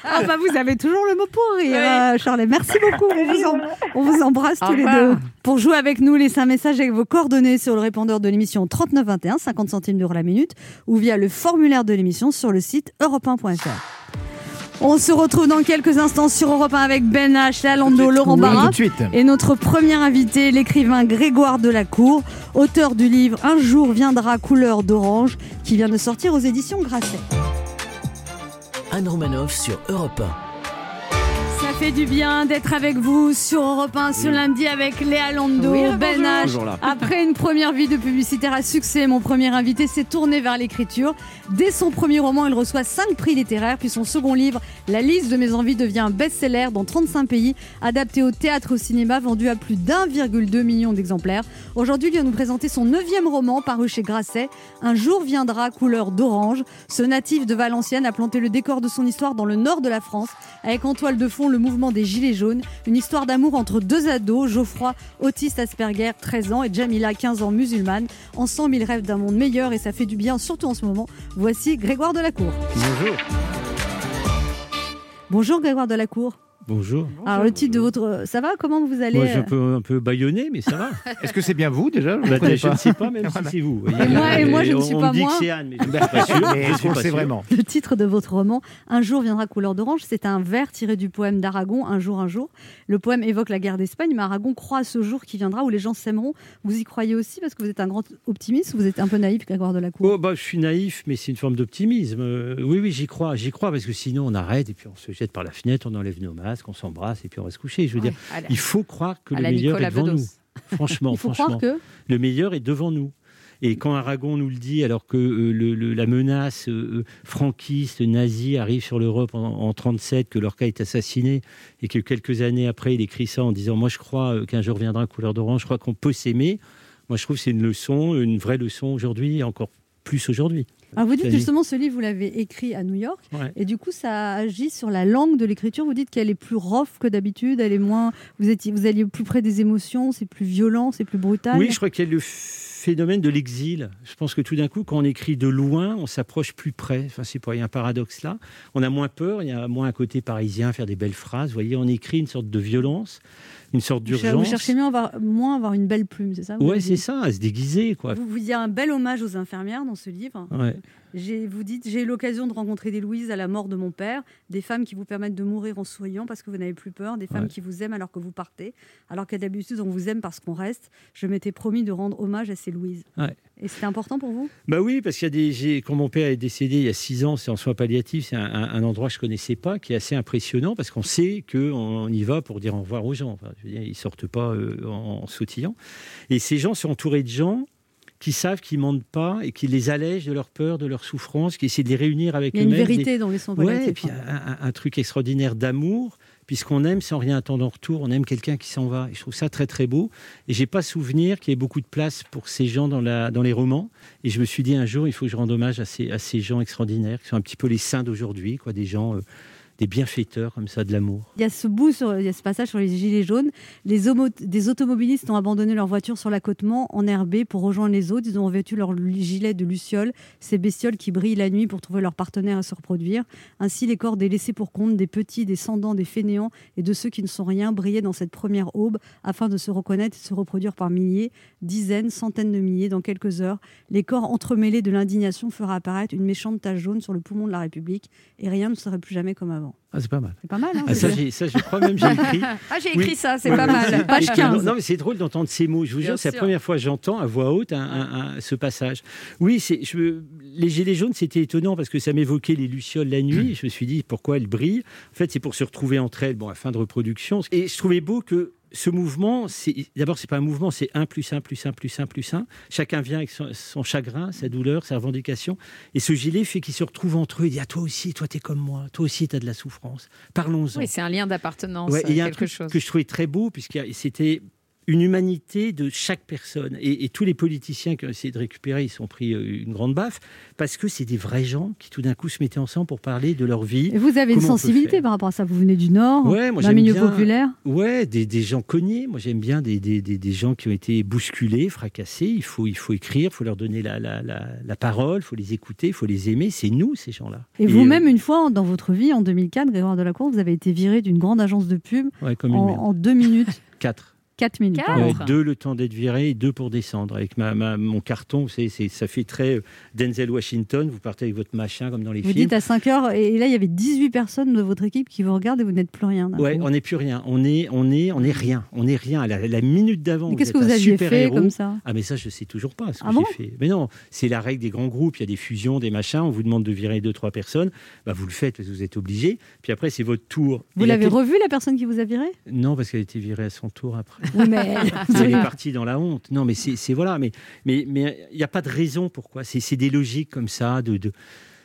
Speaker 3: Ah bah vous avez toujours le mot pour rire,
Speaker 5: Oui.
Speaker 3: euh, Charlie. Merci beaucoup. On vous, em- on vous embrasse
Speaker 5: Au
Speaker 3: tous les
Speaker 5: revoir.
Speaker 3: deux. Pour jouer avec nous, laissez un message avec vos coordonnées sur le répondeur de l'émission 3921, 50 centimes d'euros la minute, ou via le formulaire de l'émission sur le site europe 1.fr. On se retrouve dans quelques instants sur Europe 1 avec Ben H, Lalando, Laurent
Speaker 4: Oui,
Speaker 3: Barra.
Speaker 4: tout de suite.
Speaker 3: Et notre premier invité, l'écrivain Grégoire Delacour, auteur du livre Un jour viendra couleur d'orange, qui vient de sortir aux éditions Grasset.
Speaker 2: Anne Romanoff sur Europe
Speaker 3: Ça fait du bien d'être avec vous sur Europe 1 ce lundi avec Léa Lando,
Speaker 5: Oui,
Speaker 3: Ben
Speaker 5: bonjour.
Speaker 3: H.
Speaker 6: Toujours là.
Speaker 3: Après une première vie de publicitaire à succès, mon premier invité s'est tourné vers l'écriture. Dès son premier roman, il reçoit 5 prix littéraires, puis son second livre, La liste de mes envies, devient un best-seller dans 35 pays, adapté au théâtre et au cinéma, vendu à plus d'1,2 million d'exemplaires. Aujourd'hui, il vient nous présenter son neuvième roman paru chez Grasset, Un jour viendra couleur d'orange. Ce natif de Valenciennes a planté le décor de son histoire dans le nord de la France, avec en toile de fond le mouvement des Gilets jaunes, une histoire d'amour entre deux ados, Geoffroy, autiste Asperger, 13 ans, et Jamila, 15 ans, musulmane. Ensemble, ils rêvent d'un monde meilleur et ça fait du bien, surtout en ce moment. Voici Grégoire Delacour.
Speaker 9: Bonjour.
Speaker 3: Bonjour Grégoire Delacour.
Speaker 9: Bonjour.
Speaker 3: Alors le titre de votre... euh, Ça va Comment vous allez
Speaker 9: Moi, je
Speaker 3: euh,
Speaker 9: peux un peu baïonner, mais
Speaker 4: (laughs)
Speaker 9: ça va.
Speaker 4: Est-ce que c'est Eh bien vous déjà Je ne
Speaker 9: Bah,
Speaker 4: connais
Speaker 9: je ne
Speaker 4: pas.
Speaker 9: sais pas, même
Speaker 4: Voilà. Ben,
Speaker 9: si c'est vous.
Speaker 3: Et moi- et moi, je ne
Speaker 9: on-
Speaker 3: suis
Speaker 9: on
Speaker 3: pas
Speaker 9: me dit
Speaker 3: moi.
Speaker 9: que c'est
Speaker 4: (laughs)
Speaker 9: Anne, mais je ne suis pas sûr.
Speaker 4: Bah, Mais
Speaker 9: Je
Speaker 4: est-ce
Speaker 9: suis
Speaker 4: qu'on
Speaker 9: pas
Speaker 4: sait
Speaker 9: sûr. (laughs)
Speaker 4: vraiment
Speaker 3: Le titre de votre roman, Un jour viendra couleur d'orange, c'est un vers tiré du poème d'Aragon, Un jour, un jour. Le poème évoque la guerre d'Espagne, mais Aragon croit à ce jour qui viendra où les gens s'aimeront. Vous y croyez aussi parce que vous êtes un grand optimiste ou vous êtes un peu naïf, Grégoire de la Cour
Speaker 9: Oh, bah, je suis naïf, mais c'est une forme d'optimisme. Euh, oui, oui, j'y crois, j'y crois, parce que sinon on arrête et puis on se jette par la fenêtre, on enlève nos masques, on s'embrasse et puis on va se coucher. Je veux dire,
Speaker 5: Ouais, à la-
Speaker 9: il faut croire que
Speaker 5: à
Speaker 9: le
Speaker 5: la
Speaker 9: meilleur
Speaker 5: Nicolas
Speaker 9: est devant
Speaker 5: Bedos.
Speaker 9: nous. Franchement,
Speaker 3: Il faut
Speaker 9: franchement,
Speaker 3: croire que.
Speaker 9: le meilleur est devant nous. Et quand Aragon nous le dit, alors que euh, le- le- la menace euh, euh, franquiste, nazie arrive sur l'Europe en, 1937, que Lorca est assassiné, et que quelques années après, il écrit ça en disant Moi, je crois euh, qu'un jour viendra couleur d'orange, je crois qu'on peut s'aimer. Moi, je trouve que c'est une leçon, une vraie leçon aujourd'hui, et encore plus aujourd'hui.
Speaker 3: Alors Ah, vous dites
Speaker 9: Vas-y.
Speaker 3: justement, ce livre, vous l'avez écrit à New York.
Speaker 9: Ouais.
Speaker 3: Et du coup, ça agit sur la langue de l'écriture. Vous dites qu'elle est plus rough que d'habitude, elle est moins. Vous, étiez, vous alliez plus près des émotions, c'est plus violent, c'est plus brutal.
Speaker 9: Oui, je crois qu'il y a le f- phénomène de l'exil. Je pense que tout d'un coup, quand on écrit de loin, on s'approche plus près. Enfin, c'est pas, il y a un paradoxe là. On a moins peur, il y a moins un côté parisien, faire des belles phrases. Vous voyez, on écrit une sorte de violence, une sorte
Speaker 3: Vous
Speaker 9: d'urgence.
Speaker 3: cherchez mieux avoir, moins avoir une belle plume, c'est ça vous
Speaker 9: Ouais,
Speaker 3: avez
Speaker 9: c'est
Speaker 3: dit
Speaker 9: ça, à se déguiser, quoi.
Speaker 3: Vous vous dites un bel hommage aux infirmières dans ce livre.
Speaker 9: Ouais.
Speaker 3: J'ai- Vous dites J'ai eu l'occasion de rencontrer des Louises à la mort de mon père, des femmes qui vous permettent de mourir en souriant parce que vous n'avez plus peur, des femmes
Speaker 9: Ouais.
Speaker 3: qui vous aiment alors que vous partez, alors qu'à d'habitude on vous aime parce qu'on reste. Je m'étais promis de rendre hommage à ces Louises.
Speaker 9: Ouais.
Speaker 3: Et c'était important pour vous
Speaker 9: Bah oui, parce qu'il y a des. j'ai- Quand mon père est décédé il y a six ans, c'est en soins palliatifs, c'est un, un- un endroit que je connaissais pas, qui est assez impressionnant parce qu'on sait qu'on on y va pour dire au revoir aux gens. Enfin, je veux dire, ils sortent pas euh, en, en sautillant. Et ces gens sont entourés de gens qui savent qu'ils mentent pas et qui les allègent de leur peur, de leur souffrance, qui essaient de les réunir avec
Speaker 3: Il y a une
Speaker 9: eux-mêmes. des-
Speaker 3: vérité dans les soins
Speaker 9: Ouais,
Speaker 3: palliatifs,
Speaker 9: et puis
Speaker 3: hein.
Speaker 9: un, un- un truc extraordinaire d'amour, puisqu'on aime sans rien attendre en retour, on aime quelqu'un qui s'en va. Et je trouve ça très très beau. Et j'ai pas souvenir qu'il y ait beaucoup de place pour ces gens dans, la, dans les romans. Et je me suis dit un jour, il faut que je rende hommage à ces, à ces gens extraordinaires, qui sont un petit peu les saints d'aujourd'hui, quoi, des gens, euh, des bienfaiteurs comme ça de l'amour.
Speaker 3: Il y a ce bout, sur, il y a ce passage sur les gilets jaunes. Les homo- des automobilistes ont abandonné leur voiture sur l'accotement en herbe pour rejoindre les autres. Ils ont revêtu leur gilet de luciole, ces bestioles qui brillent la nuit pour trouver leur partenaire à se reproduire. Ainsi, les corps des laissés pour compte, des petits, des sans-dents, des fainéants et de ceux qui ne sont rien brillaient dans cette première aube afin de se reconnaître et de se reproduire par milliers, dizaines, centaines de milliers dans quelques heures. Les corps entremêlés de l'indignation fera apparaître une méchante tache jaune sur le poumon de la République et rien ne serait plus jamais comme avant.
Speaker 9: Ah, c'est pas mal.
Speaker 3: C'est pas mal, hein
Speaker 9: Ah, ça, j'ai- ça, je crois même j'ai
Speaker 3: (laughs)
Speaker 9: écrit.
Speaker 5: (laughs) Ah, j'ai écrit ça, c'est pas
Speaker 9: oui,
Speaker 5: mal.
Speaker 9: c'est-
Speaker 5: Page
Speaker 9: c'est-
Speaker 5: 15.
Speaker 9: Non, mais c'est drôle d'entendre ces mots. Je vous
Speaker 5: Bien
Speaker 9: jure, c'est la
Speaker 5: sûr.
Speaker 9: première fois que j'entends à voix haute un- un- un- ce passage. Oui, c'est- je, les gilets jaunes, c'était étonnant parce que ça m'évoquait les lucioles la nuit. Je me suis dit pourquoi elles brillent. En fait, c'est pour se retrouver entre elles, bon, à fin de reproduction. Et je trouvais beau que. Ce mouvement, c'est- d'abord, c'est pas un mouvement, c'est un plus un plus un plus un plus un. Chacun vient avec son, son chagrin, sa douleur, sa revendication. Et ce gilet fait qu'ils se retrouvent entre eux. Il dit Ah, toi aussi, toi, t'es comme moi. Toi aussi, t'as de la souffrance. Parlons-en.
Speaker 5: Oui, c'est un lien d'appartenance, euh,
Speaker 9: Ouais, et il y a un
Speaker 5: quelque
Speaker 9: truc
Speaker 5: chose.
Speaker 9: que je trouvais très beau, puisque c'était une humanité de chaque personne. Et, et tous les politiciens qui ont essayé de récupérer, ils se sont pris euh, une grande baffe, parce que c'est des vrais gens qui tout d'un coup se mettaient ensemble pour parler de leur vie.
Speaker 3: Et vous avez une
Speaker 9: Comment on peut
Speaker 3: sensibilité
Speaker 9: faire
Speaker 3: par rapport à ça. Vous venez du Nord,
Speaker 9: Ouais, moi,
Speaker 3: d'un
Speaker 9: j'aime
Speaker 3: milieu
Speaker 9: bien-
Speaker 3: populaire.
Speaker 9: Ouais, des, des gens cognés. Moi, j'aime bien des, des, des, des gens qui ont été bousculés, fracassés. Il faut, il faut écrire, il faut leur donner la, la, la, la parole, il faut les écouter, il faut les aimer. C'est nous, ces gens-là. euh,
Speaker 3: Et, vous-même, une fois dans votre vie, en 2004, Grégoire Delacour, vous avez été viré d'une grande agence de pub
Speaker 9: euh, ouais,
Speaker 3: en,
Speaker 9: comme une merde.
Speaker 3: en deux
Speaker 9: (laughs)
Speaker 3: minutes,
Speaker 9: Quatre.
Speaker 3: quatre minutes.
Speaker 5: Quatre
Speaker 3: pardon.
Speaker 9: Ouais, deux le temps d'être viré et deux pour descendre. Avec ma, ma- mon carton, vous savez, c'est, ça fait très euh, Denzel Washington. Vous partez avec votre machin comme dans les
Speaker 3: Vous
Speaker 9: films.
Speaker 3: dites à 5 heures, et là, il y avait 18 personnes de votre équipe qui vous regardent et vous n'êtes plus rien. d'un
Speaker 9: Ouais,
Speaker 3: coup.
Speaker 9: on n'est plus rien. On est, on est, on est rien. On est rien. À La, la minute d'avant,
Speaker 3: Mais qu'est-ce que
Speaker 9: êtes
Speaker 3: vous
Speaker 9: un
Speaker 3: aviez fait
Speaker 9: super-héros.
Speaker 3: comme ça
Speaker 9: Ah mais ça je sais toujours pas ce que
Speaker 3: Ah bon
Speaker 9: j'ai fait. Mais non, c'est la règle des grands groupes, il y a des fusions, des machins, on vous demande de virer deux trois personnes, bah vous le faites parce que vous êtes obligé. Puis après c'est votre tour.
Speaker 3: Vous
Speaker 9: Et il y a
Speaker 3: l'avez
Speaker 9: quel-
Speaker 3: revue, la personne qui vous a viré
Speaker 9: Non parce qu'elle a été virée à son tour après.
Speaker 3: Oui,
Speaker 9: (laughs)
Speaker 3: mais.
Speaker 9: Elle est partie dans la honte. Non, mais c'est c'est- voilà, mais mais mais il n'y a pas de raison pourquoi. C'est c'est des logiques comme ça de. de...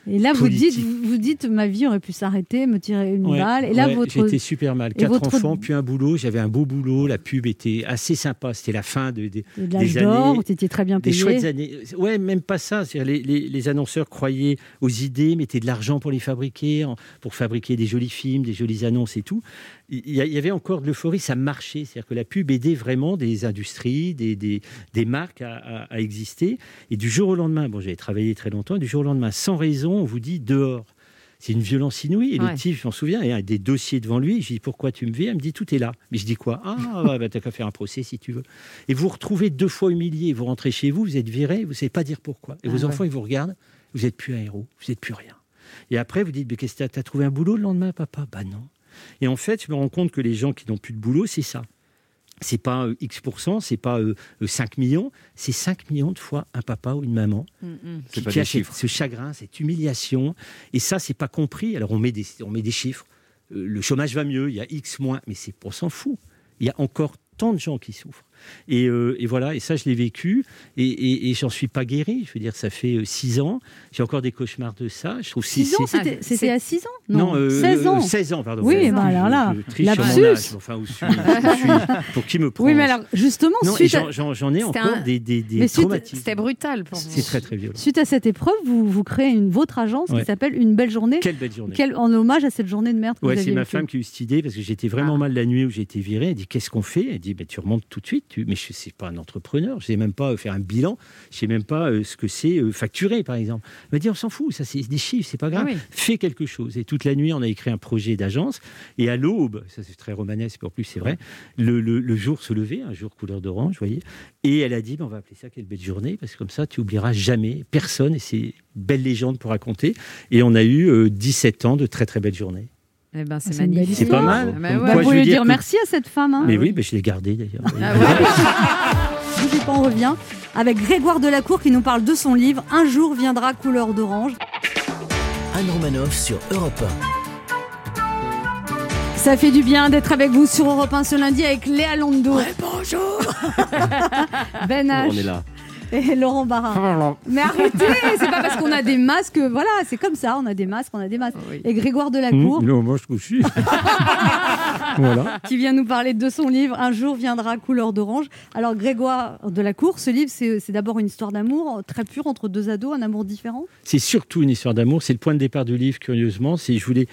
Speaker 3: Et là, vous
Speaker 9: Politique.
Speaker 3: dites, vous vous dites, ma vie aurait pu s'arrêter, me tirer une balle. Et là,
Speaker 9: Ouais,
Speaker 3: votre.
Speaker 9: J'étais super mal.
Speaker 3: et
Speaker 9: Quatre
Speaker 3: votre-
Speaker 9: enfants, puis un boulot. J'avais un beau boulot. La pub était assez sympa. C'était la fin de, des-
Speaker 3: de l'âge
Speaker 9: des
Speaker 3: d'or,
Speaker 9: années-
Speaker 3: vous étiez très bien
Speaker 9: des chouettes
Speaker 3: payé.
Speaker 9: années. euh, Ouais, même pas ça. C'est-à-dire Les, les- les annonceurs croyaient aux idées, mettaient de l'argent pour les fabriquer, en- pour fabriquer des jolis films, des jolies annonces et tout. Il il y, a- il y avait encore de l'euphorie, ça marchait. C'est-à-dire que la pub aidait vraiment des industries, des, des- des marques à, à- à exister. Et du jour au lendemain, bon, j'avais travaillé très longtemps, et du jour au lendemain, sans raison, on vous dit dehors. C'est une violence inouïe. Et
Speaker 5: Ouais.
Speaker 9: le type, je m'en souviens, il y a des dossiers devant lui. Je dis Pourquoi tu me vis Elle me dit Tout est là. Mais je dis quoi Ah, ouais, bah, t'as qu'à faire un procès si tu veux et vous vous retrouvez deux fois humilié, vous rentrez chez vous, vous êtes viré, vous ne savez pas dire pourquoi. Et vos enfants, ils vous regardent, vous n'êtes plus un héros, vous n'êtes plus rien. Et après, vous dites, mais qu'est-ce que t'as- t'as trouvé un boulot le lendemain, papa Bah non. Et en fait, je me rends compte que les gens qui n'ont plus de boulot, c'est ça. C'est pas euh, X%, c'est pas euh, euh, 5 millions, c'est 5 millions de fois un papa ou une maman
Speaker 8: C'est
Speaker 9: qui
Speaker 8: pas des
Speaker 9: cache
Speaker 8: chiffres.
Speaker 9: ce chagrin, cette humiliation. Et ça, c'est pas compris. Alors on met des, on met des chiffres. Euh, Le chômage va mieux, il y a X moins, mais c'est on s'en fout. Il y a encore tant de gens qui souffrent. Et, euh, et voilà, et ça, je l'ai vécu, et, et, et j'en suis pas guéri. Je veux dire, ça fait euh, six ans. J'ai encore des cauchemars de ça. Je trouve que c'est-
Speaker 3: 6 ans,
Speaker 9: c'est-
Speaker 3: c'était
Speaker 5: Ah,
Speaker 3: c'était
Speaker 5: c'est-
Speaker 3: à 6 ans
Speaker 9: non, euh,
Speaker 3: 16 ans.
Speaker 9: euh, 16 ans, pardon.
Speaker 3: Oui,
Speaker 9: Je-
Speaker 3: bah
Speaker 9: je-
Speaker 3: alors là,
Speaker 9: je triche sur mon
Speaker 3: lapsus.
Speaker 9: âge, mais enfin, où suis-je Où suis-je Pour qui me prend
Speaker 3: Oui, mais alors, justement,
Speaker 9: Non, et
Speaker 3: suite à,
Speaker 9: j'en- j'en j'en ai
Speaker 5: C'était
Speaker 9: encore
Speaker 5: un-
Speaker 9: des, des, des
Speaker 3: Mais suite-
Speaker 9: traumatismes.
Speaker 5: C'était brutal pour vous.
Speaker 9: C'est très, très violent.
Speaker 3: suite à cette épreuve, vous, vous créez une, votre agence qui
Speaker 9: Ouais.
Speaker 3: s'appelle Une belle journée.
Speaker 9: Quelle belle journée.
Speaker 3: Quel- en hommage à cette journée de merde que
Speaker 9: Ouais,
Speaker 3: vous
Speaker 9: c'est
Speaker 3: aviez Ah.
Speaker 9: ma
Speaker 3: vécue.
Speaker 9: femme qui a eu cette idée parce que j'étais vraiment mal la nuit où j'ai été viré. Elle dit Qu'est-ce qu'on fait Elle dit bah, Tu remontes tout de suite. facture. Mais je ne suis pas un entrepreneur, je ne sais même pas euh, faire un bilan, je ne sais même pas euh, ce que c'est euh, facturer, par exemple. On m'a dit, on s'en fout, ça c'est des chiffres, c'est pas grave.
Speaker 5: Ah oui.
Speaker 9: Fais quelque chose. Et toute la nuit, on a écrit un projet d'agence. Et à l'aube, ça c'est très romanesque en plus, c'est vrai, le, le- le jour se levait, un jour couleur d'orange, vous voyez. Et elle a dit, ben, on va appeler ça quelle belle journée, parce que comme ça, tu oublieras jamais personne. Et c'est belle légende pour raconter. Et on a eu euh, 17 ans de très très belles journées.
Speaker 5: Eh ben, c'est
Speaker 9: C'est une belle
Speaker 5: magnifique.
Speaker 9: C'est pas mal.
Speaker 5: Bah
Speaker 9: Comme
Speaker 5: ouais.
Speaker 9: quoi, je
Speaker 3: Vous
Speaker 9: veux
Speaker 3: lui
Speaker 9: dire
Speaker 3: dire
Speaker 9: que-
Speaker 3: merci à cette femme. hein.
Speaker 9: Mais oui, ben, je l'ai gardé d'ailleurs.
Speaker 5: Ah,
Speaker 3: (laughs) Bougez pas, on revient avec Grégoire Delacour qui nous parle de son livre Un jour viendra couleur d'orange.
Speaker 2: Anne Romanoff sur Europe
Speaker 3: Ça fait du bien d'être avec vous sur Europe 1 ce lundi avec Léa Londo.
Speaker 2: bonjour
Speaker 3: (laughs) Ben H.
Speaker 11: Ah, On est là.
Speaker 3: Et Laurent Barra. Mais arrêtez, c'est pas parce qu'on a des masques, voilà, c'est comme ça, on a des masques, on a des masques. Et Grégoire Delacour
Speaker 9: Non, moi je couche. Mm, voilà.
Speaker 3: (laughs) qui vient nous parler de son livre Un jour viendra couleur d'orange. Alors Grégoire Delacour, ce livre, c'est c'est d'abord une histoire d'amour très pure entre deux ados, un amour différent.
Speaker 9: (laughs) C'est surtout une histoire d'amour. C'est le point de départ du livre, curieusement. C'est je voulais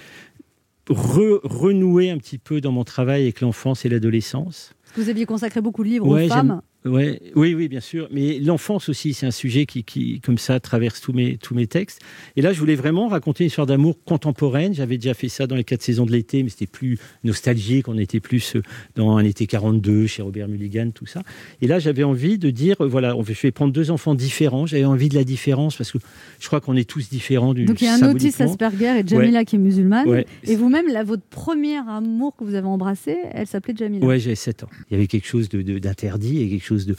Speaker 9: re- renouer un petit peu dans mon travail avec l'enfance et l'adolescence.
Speaker 3: Vous aviez consacré beaucoup de livres
Speaker 9: Ouais,
Speaker 3: aux femmes.
Speaker 9: j'aime- ouais, oui, oui, bien sûr. Mais l'enfance aussi, c'est un sujet qui, qui, comme ça, traverse tous mes, tous mes textes. Et là, je voulais vraiment raconter une histoire d'amour contemporaine. J'avais déjà fait ça dans les quatre saisons de l'été, mais c'était plus nostalgique. On était plus euh, dans un été 42 chez Robert Mulligan, tout ça. Et là, j'avais envie de dire, euh, voilà, on va- je vais prendre deux enfants différents. J'avais envie de la différence parce que je crois qu'on est tous différents. Du,
Speaker 3: Donc il y a un autiste
Speaker 9: symboliquement.
Speaker 3: Asperger et Jamila qui est musulmane.
Speaker 9: Ouais.
Speaker 3: Et vous-même, là, votre premier amour que vous avez embrassé, elle s'appelait Jamila.
Speaker 9: Ouais, j'avais 7 ans. Il y avait quelque chose de- de- d'interdit et quelque chose de,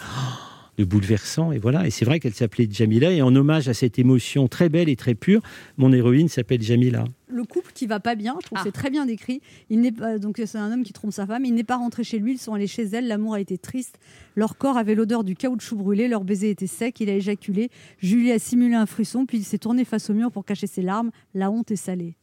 Speaker 9: de bouleversant. Et voilà. Et c'est vrai qu'elle s'appelait Jamila. Et en hommage à cette émotion très belle et très pure, mon héroïne s'appelle Jamila.
Speaker 3: Le couple qui va pas bien, je trouve que c'est très bien décrit. Il n'est pas donc c'est un homme qui trompe sa femme. Il n'est pas rentré chez lui. Ils sont allés chez elle. L'amour a été triste. Leur corps avait l'odeur du caoutchouc brûlé. Leur baiser était sec. Il a éjaculé. Julie a simulé un frisson, puis il s'est tourné face au mur pour cacher ses larmes. La honte est salée.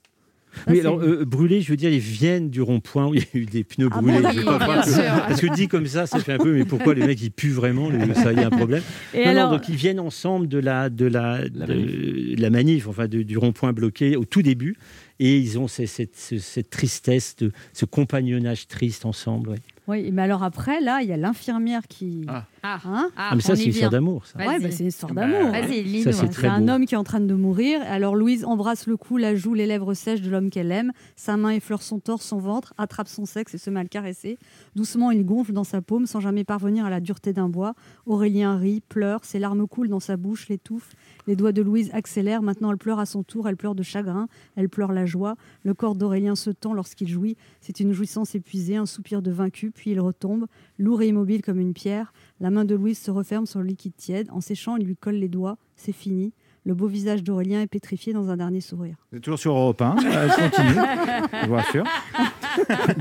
Speaker 3: Ça,
Speaker 9: Oui,
Speaker 3: c'est-
Speaker 9: alors, euh, brûlés, je veux dire, ils viennent du rond-point où il y a eu des pneus
Speaker 3: Ah bon,
Speaker 9: brûlés. Je
Speaker 3: d'accord,
Speaker 9: crois
Speaker 3: bien
Speaker 9: que-
Speaker 3: sûr.
Speaker 9: Parce que dit comme ça, ça fait un peu, mais pourquoi les mecs, ils puent vraiment le- Ça, il y a un problème.
Speaker 5: Et
Speaker 9: non, non,
Speaker 5: alors-
Speaker 9: donc ils viennent ensemble de la, de la, de- de la manif. enfin, de- du rond-point bloqué au tout début. Et ils ont ces- cette, ce- cette tristesse, de- ce compagnonnage triste ensemble. ouais.
Speaker 3: Oui, mais alors après, là, il y a l'infirmière qui. Hein
Speaker 5: Ah,
Speaker 9: Ah, mais ça, c'est une histoire d'amour, ça.
Speaker 3: Ouais,
Speaker 5: Vas-y.
Speaker 3: bah, c'est une histoire
Speaker 5: Bah,
Speaker 3: d'amour.
Speaker 5: vas-y, lis-nous.
Speaker 3: Ça,
Speaker 5: Ça, c'est
Speaker 3: c'est
Speaker 5: très
Speaker 3: un
Speaker 5: beau.
Speaker 3: homme qui est en train de mourir. Alors Louise embrasse le cou, la joue, les lèvres sèches de l'homme qu'elle aime. Sa main effleure son torse, son ventre, attrape son sexe et se met à le caresser. Doucement, il gonfle dans sa paume sans jamais parvenir à la dureté d'un bois. Aurélien rit, pleure, ses larmes coulent dans sa bouche, l'étouffe. Les doigts de Louise accélèrent. Maintenant, elle pleure à son tour. Elle pleure de chagrin, elle pleure la joie. Le corps d'Aurélien se tend lorsqu'il jouit. C'est une jouissance épuisée, un soupir de vaincu, puis il retombe, lourd et immobile comme une pierre. La main de Louise se referme sur le liquide tiède. En séchant, il lui colle les doigts. C'est fini. Le beau visage d'Aurélien est pétrifié dans un dernier sourire.
Speaker 6: Vous êtes toujours sur Europe 1, euh, continue, je vous rassure.
Speaker 9: (laughs)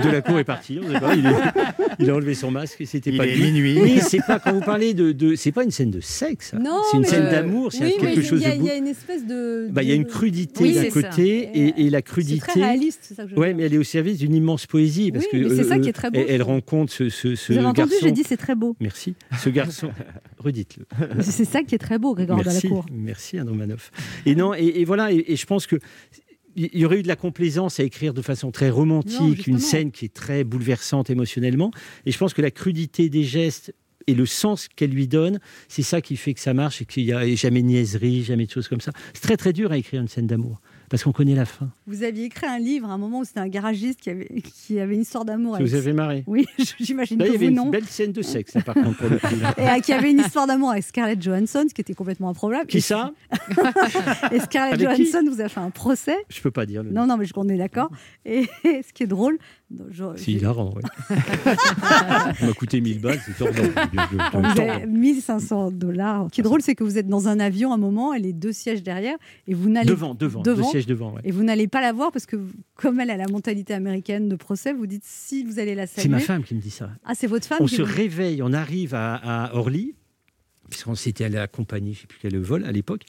Speaker 9: De la cour est parti, on sait pas, il, est- il a enlevé son masque et c'était
Speaker 6: Il
Speaker 9: pas
Speaker 6: est
Speaker 9: lui.
Speaker 6: minuit.
Speaker 9: Oui, c'est pas quand vous parlez de, de- c'est pas une scène de sexe, ça. Bah, c'est une
Speaker 3: euh,
Speaker 9: scène d'amour, c'est quelque chose de beau.
Speaker 3: une espèce de.
Speaker 9: Bah, il y a une crudité
Speaker 3: Oui,
Speaker 9: d'un
Speaker 3: c'est ça.
Speaker 9: côté et, et la crudité.
Speaker 3: très réaliste, c'est ça que je veux
Speaker 9: Ouais,
Speaker 3: dire.
Speaker 9: mais elle est au service d'une immense poésie parce
Speaker 3: Oui,
Speaker 9: que euh,
Speaker 3: mais c'est ça qui est très beau,
Speaker 9: elle,
Speaker 3: je
Speaker 9: elle
Speaker 3: trouve.
Speaker 9: rencontre ce, ce, ce
Speaker 3: Vous avez entendu,
Speaker 9: garçon.
Speaker 3: j'ai dit c'est très beau.
Speaker 9: Merci. Ce garçon,
Speaker 3: (laughs)
Speaker 9: redites-le.
Speaker 3: C'est ça qui est très beau, Grégoire
Speaker 9: Euh. Merci,
Speaker 3: Delacour.
Speaker 9: merci Anne Romanoff. Et non, et, et voilà, et, et je pense que il y aurait eu de la complaisance à écrire de façon très
Speaker 5: Non,
Speaker 9: romantique
Speaker 5: justement.
Speaker 9: une scène qui est très bouleversante émotionnellement. Et je pense que la crudité des gestes et le sens qu'elle lui donne, c'est ça qui fait que ça marche et qu'il n'y a jamais de niaiserie, jamais de choses comme ça. C'est très très dur à écrire une scène d'amour parce qu'on connaît la fin.
Speaker 3: Vous aviez écrit un livre à un moment où c'était un garagiste qui avait, qui avait une histoire d'amour.
Speaker 9: Ça
Speaker 3: avec-
Speaker 9: vous avez marré.
Speaker 3: Oui, (laughs) j'imagine
Speaker 9: Là, il y
Speaker 3: que
Speaker 9: avait
Speaker 3: vous
Speaker 9: une
Speaker 3: non.
Speaker 9: belle scène de sexe, là, par contre, pour le coup.
Speaker 3: (laughs) Et euh, qui avait une histoire d'amour avec Scarlett Johansson, ce qui était complètement improbable.
Speaker 9: Qui
Speaker 3: Et-
Speaker 9: ça
Speaker 3: Et Scarlett
Speaker 9: Avec qui
Speaker 3: Johansson vous a fait un procès.
Speaker 9: Je peux pas dire. Le...
Speaker 3: Non, non, mais je qu'on est d'accord. Et (laughs) ce qui est drôle, non, je-
Speaker 9: C'est hilarant, ouais. (laughs) Ça m'a coûté 1000 balles, c'est tordant.
Speaker 3: Quand vous avez 1500 dollars. Ce qui est drôle, c'est que vous êtes dans un avion à un moment, elle est deux sièges derrière, et vous n'allez
Speaker 9: Devant, devant, deux sièges devant. ouais.
Speaker 3: Et vous n'allez pas la voir parce que, comme elle a la mentalité américaine de procès, vous dites si vous allez la saluer.
Speaker 9: C'est ma femme qui me dit ça.
Speaker 3: Ah, c'est votre femme
Speaker 9: on
Speaker 3: qui
Speaker 9: se
Speaker 3: vous-
Speaker 9: réveille, on arrive à, à Orly, puisqu'on s'était allé accompagner, je ne sais plus quel vol à l'époque.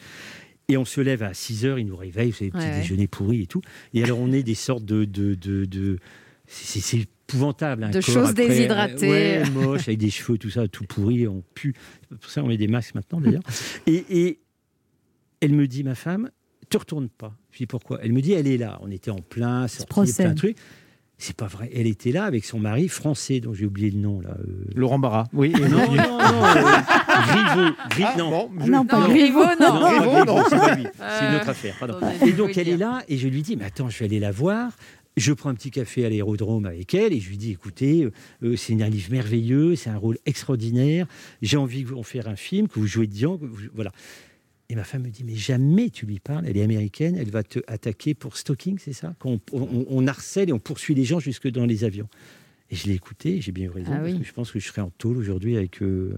Speaker 9: Et on se lève à 6 heures, il nous réveille, vous savez, petit
Speaker 5: Ouais, ouais.
Speaker 9: déjeuner pourri et tout. Et alors, on est des sortes de. de, de, de- c'est c'est épouvantable. un
Speaker 5: De
Speaker 9: corps
Speaker 5: choses
Speaker 9: après,
Speaker 5: déshydratées.
Speaker 9: euh, ouais, moche, avec des cheveux, tout ça, tout pourri, on pue. C'est Pour ça, on met des masques maintenant, d'ailleurs. Et, et elle me dit, ma femme, te retourne pas. Je dis pourquoi Elle me dit, elle est là. On était en plein, sortie,
Speaker 3: procès.
Speaker 9: plein de trucs. C'est pas vrai. Elle était là avec son mari français, dont j'ai oublié le nom là. euh,
Speaker 4: Laurent Barra, oui.
Speaker 9: Non, non, non. Griveaux. Gri- Ah, non.
Speaker 4: je- Non, pas Griveaux, non.
Speaker 9: pas
Speaker 4: Griveaux, non.
Speaker 9: c'est pas lui. C'est une autre affaire. pardon.
Speaker 4: attendez,
Speaker 9: Et donc, elle est là, et je lui dis, mais attends, je vais aller la voir. Je prends un petit café à l'aérodrome avec elle et je lui dis écoutez, euh, c'est un livre merveilleux, c'est un rôle extraordinaire, j'ai envie qu'on fasse un film, que vous jouez dedans, que vous- voilà. Et ma femme me dit mais jamais tu lui parles, elle est américaine, elle va te attaquer pour stalking, c'est ça Qu'on on- on harcèle et on poursuit les gens jusque dans les avions. Et je l'ai écouté, j'ai bien eu raison,
Speaker 5: Ah
Speaker 9: parce
Speaker 5: oui.
Speaker 9: que je pense que je serais en tôle aujourd'hui avec. euh,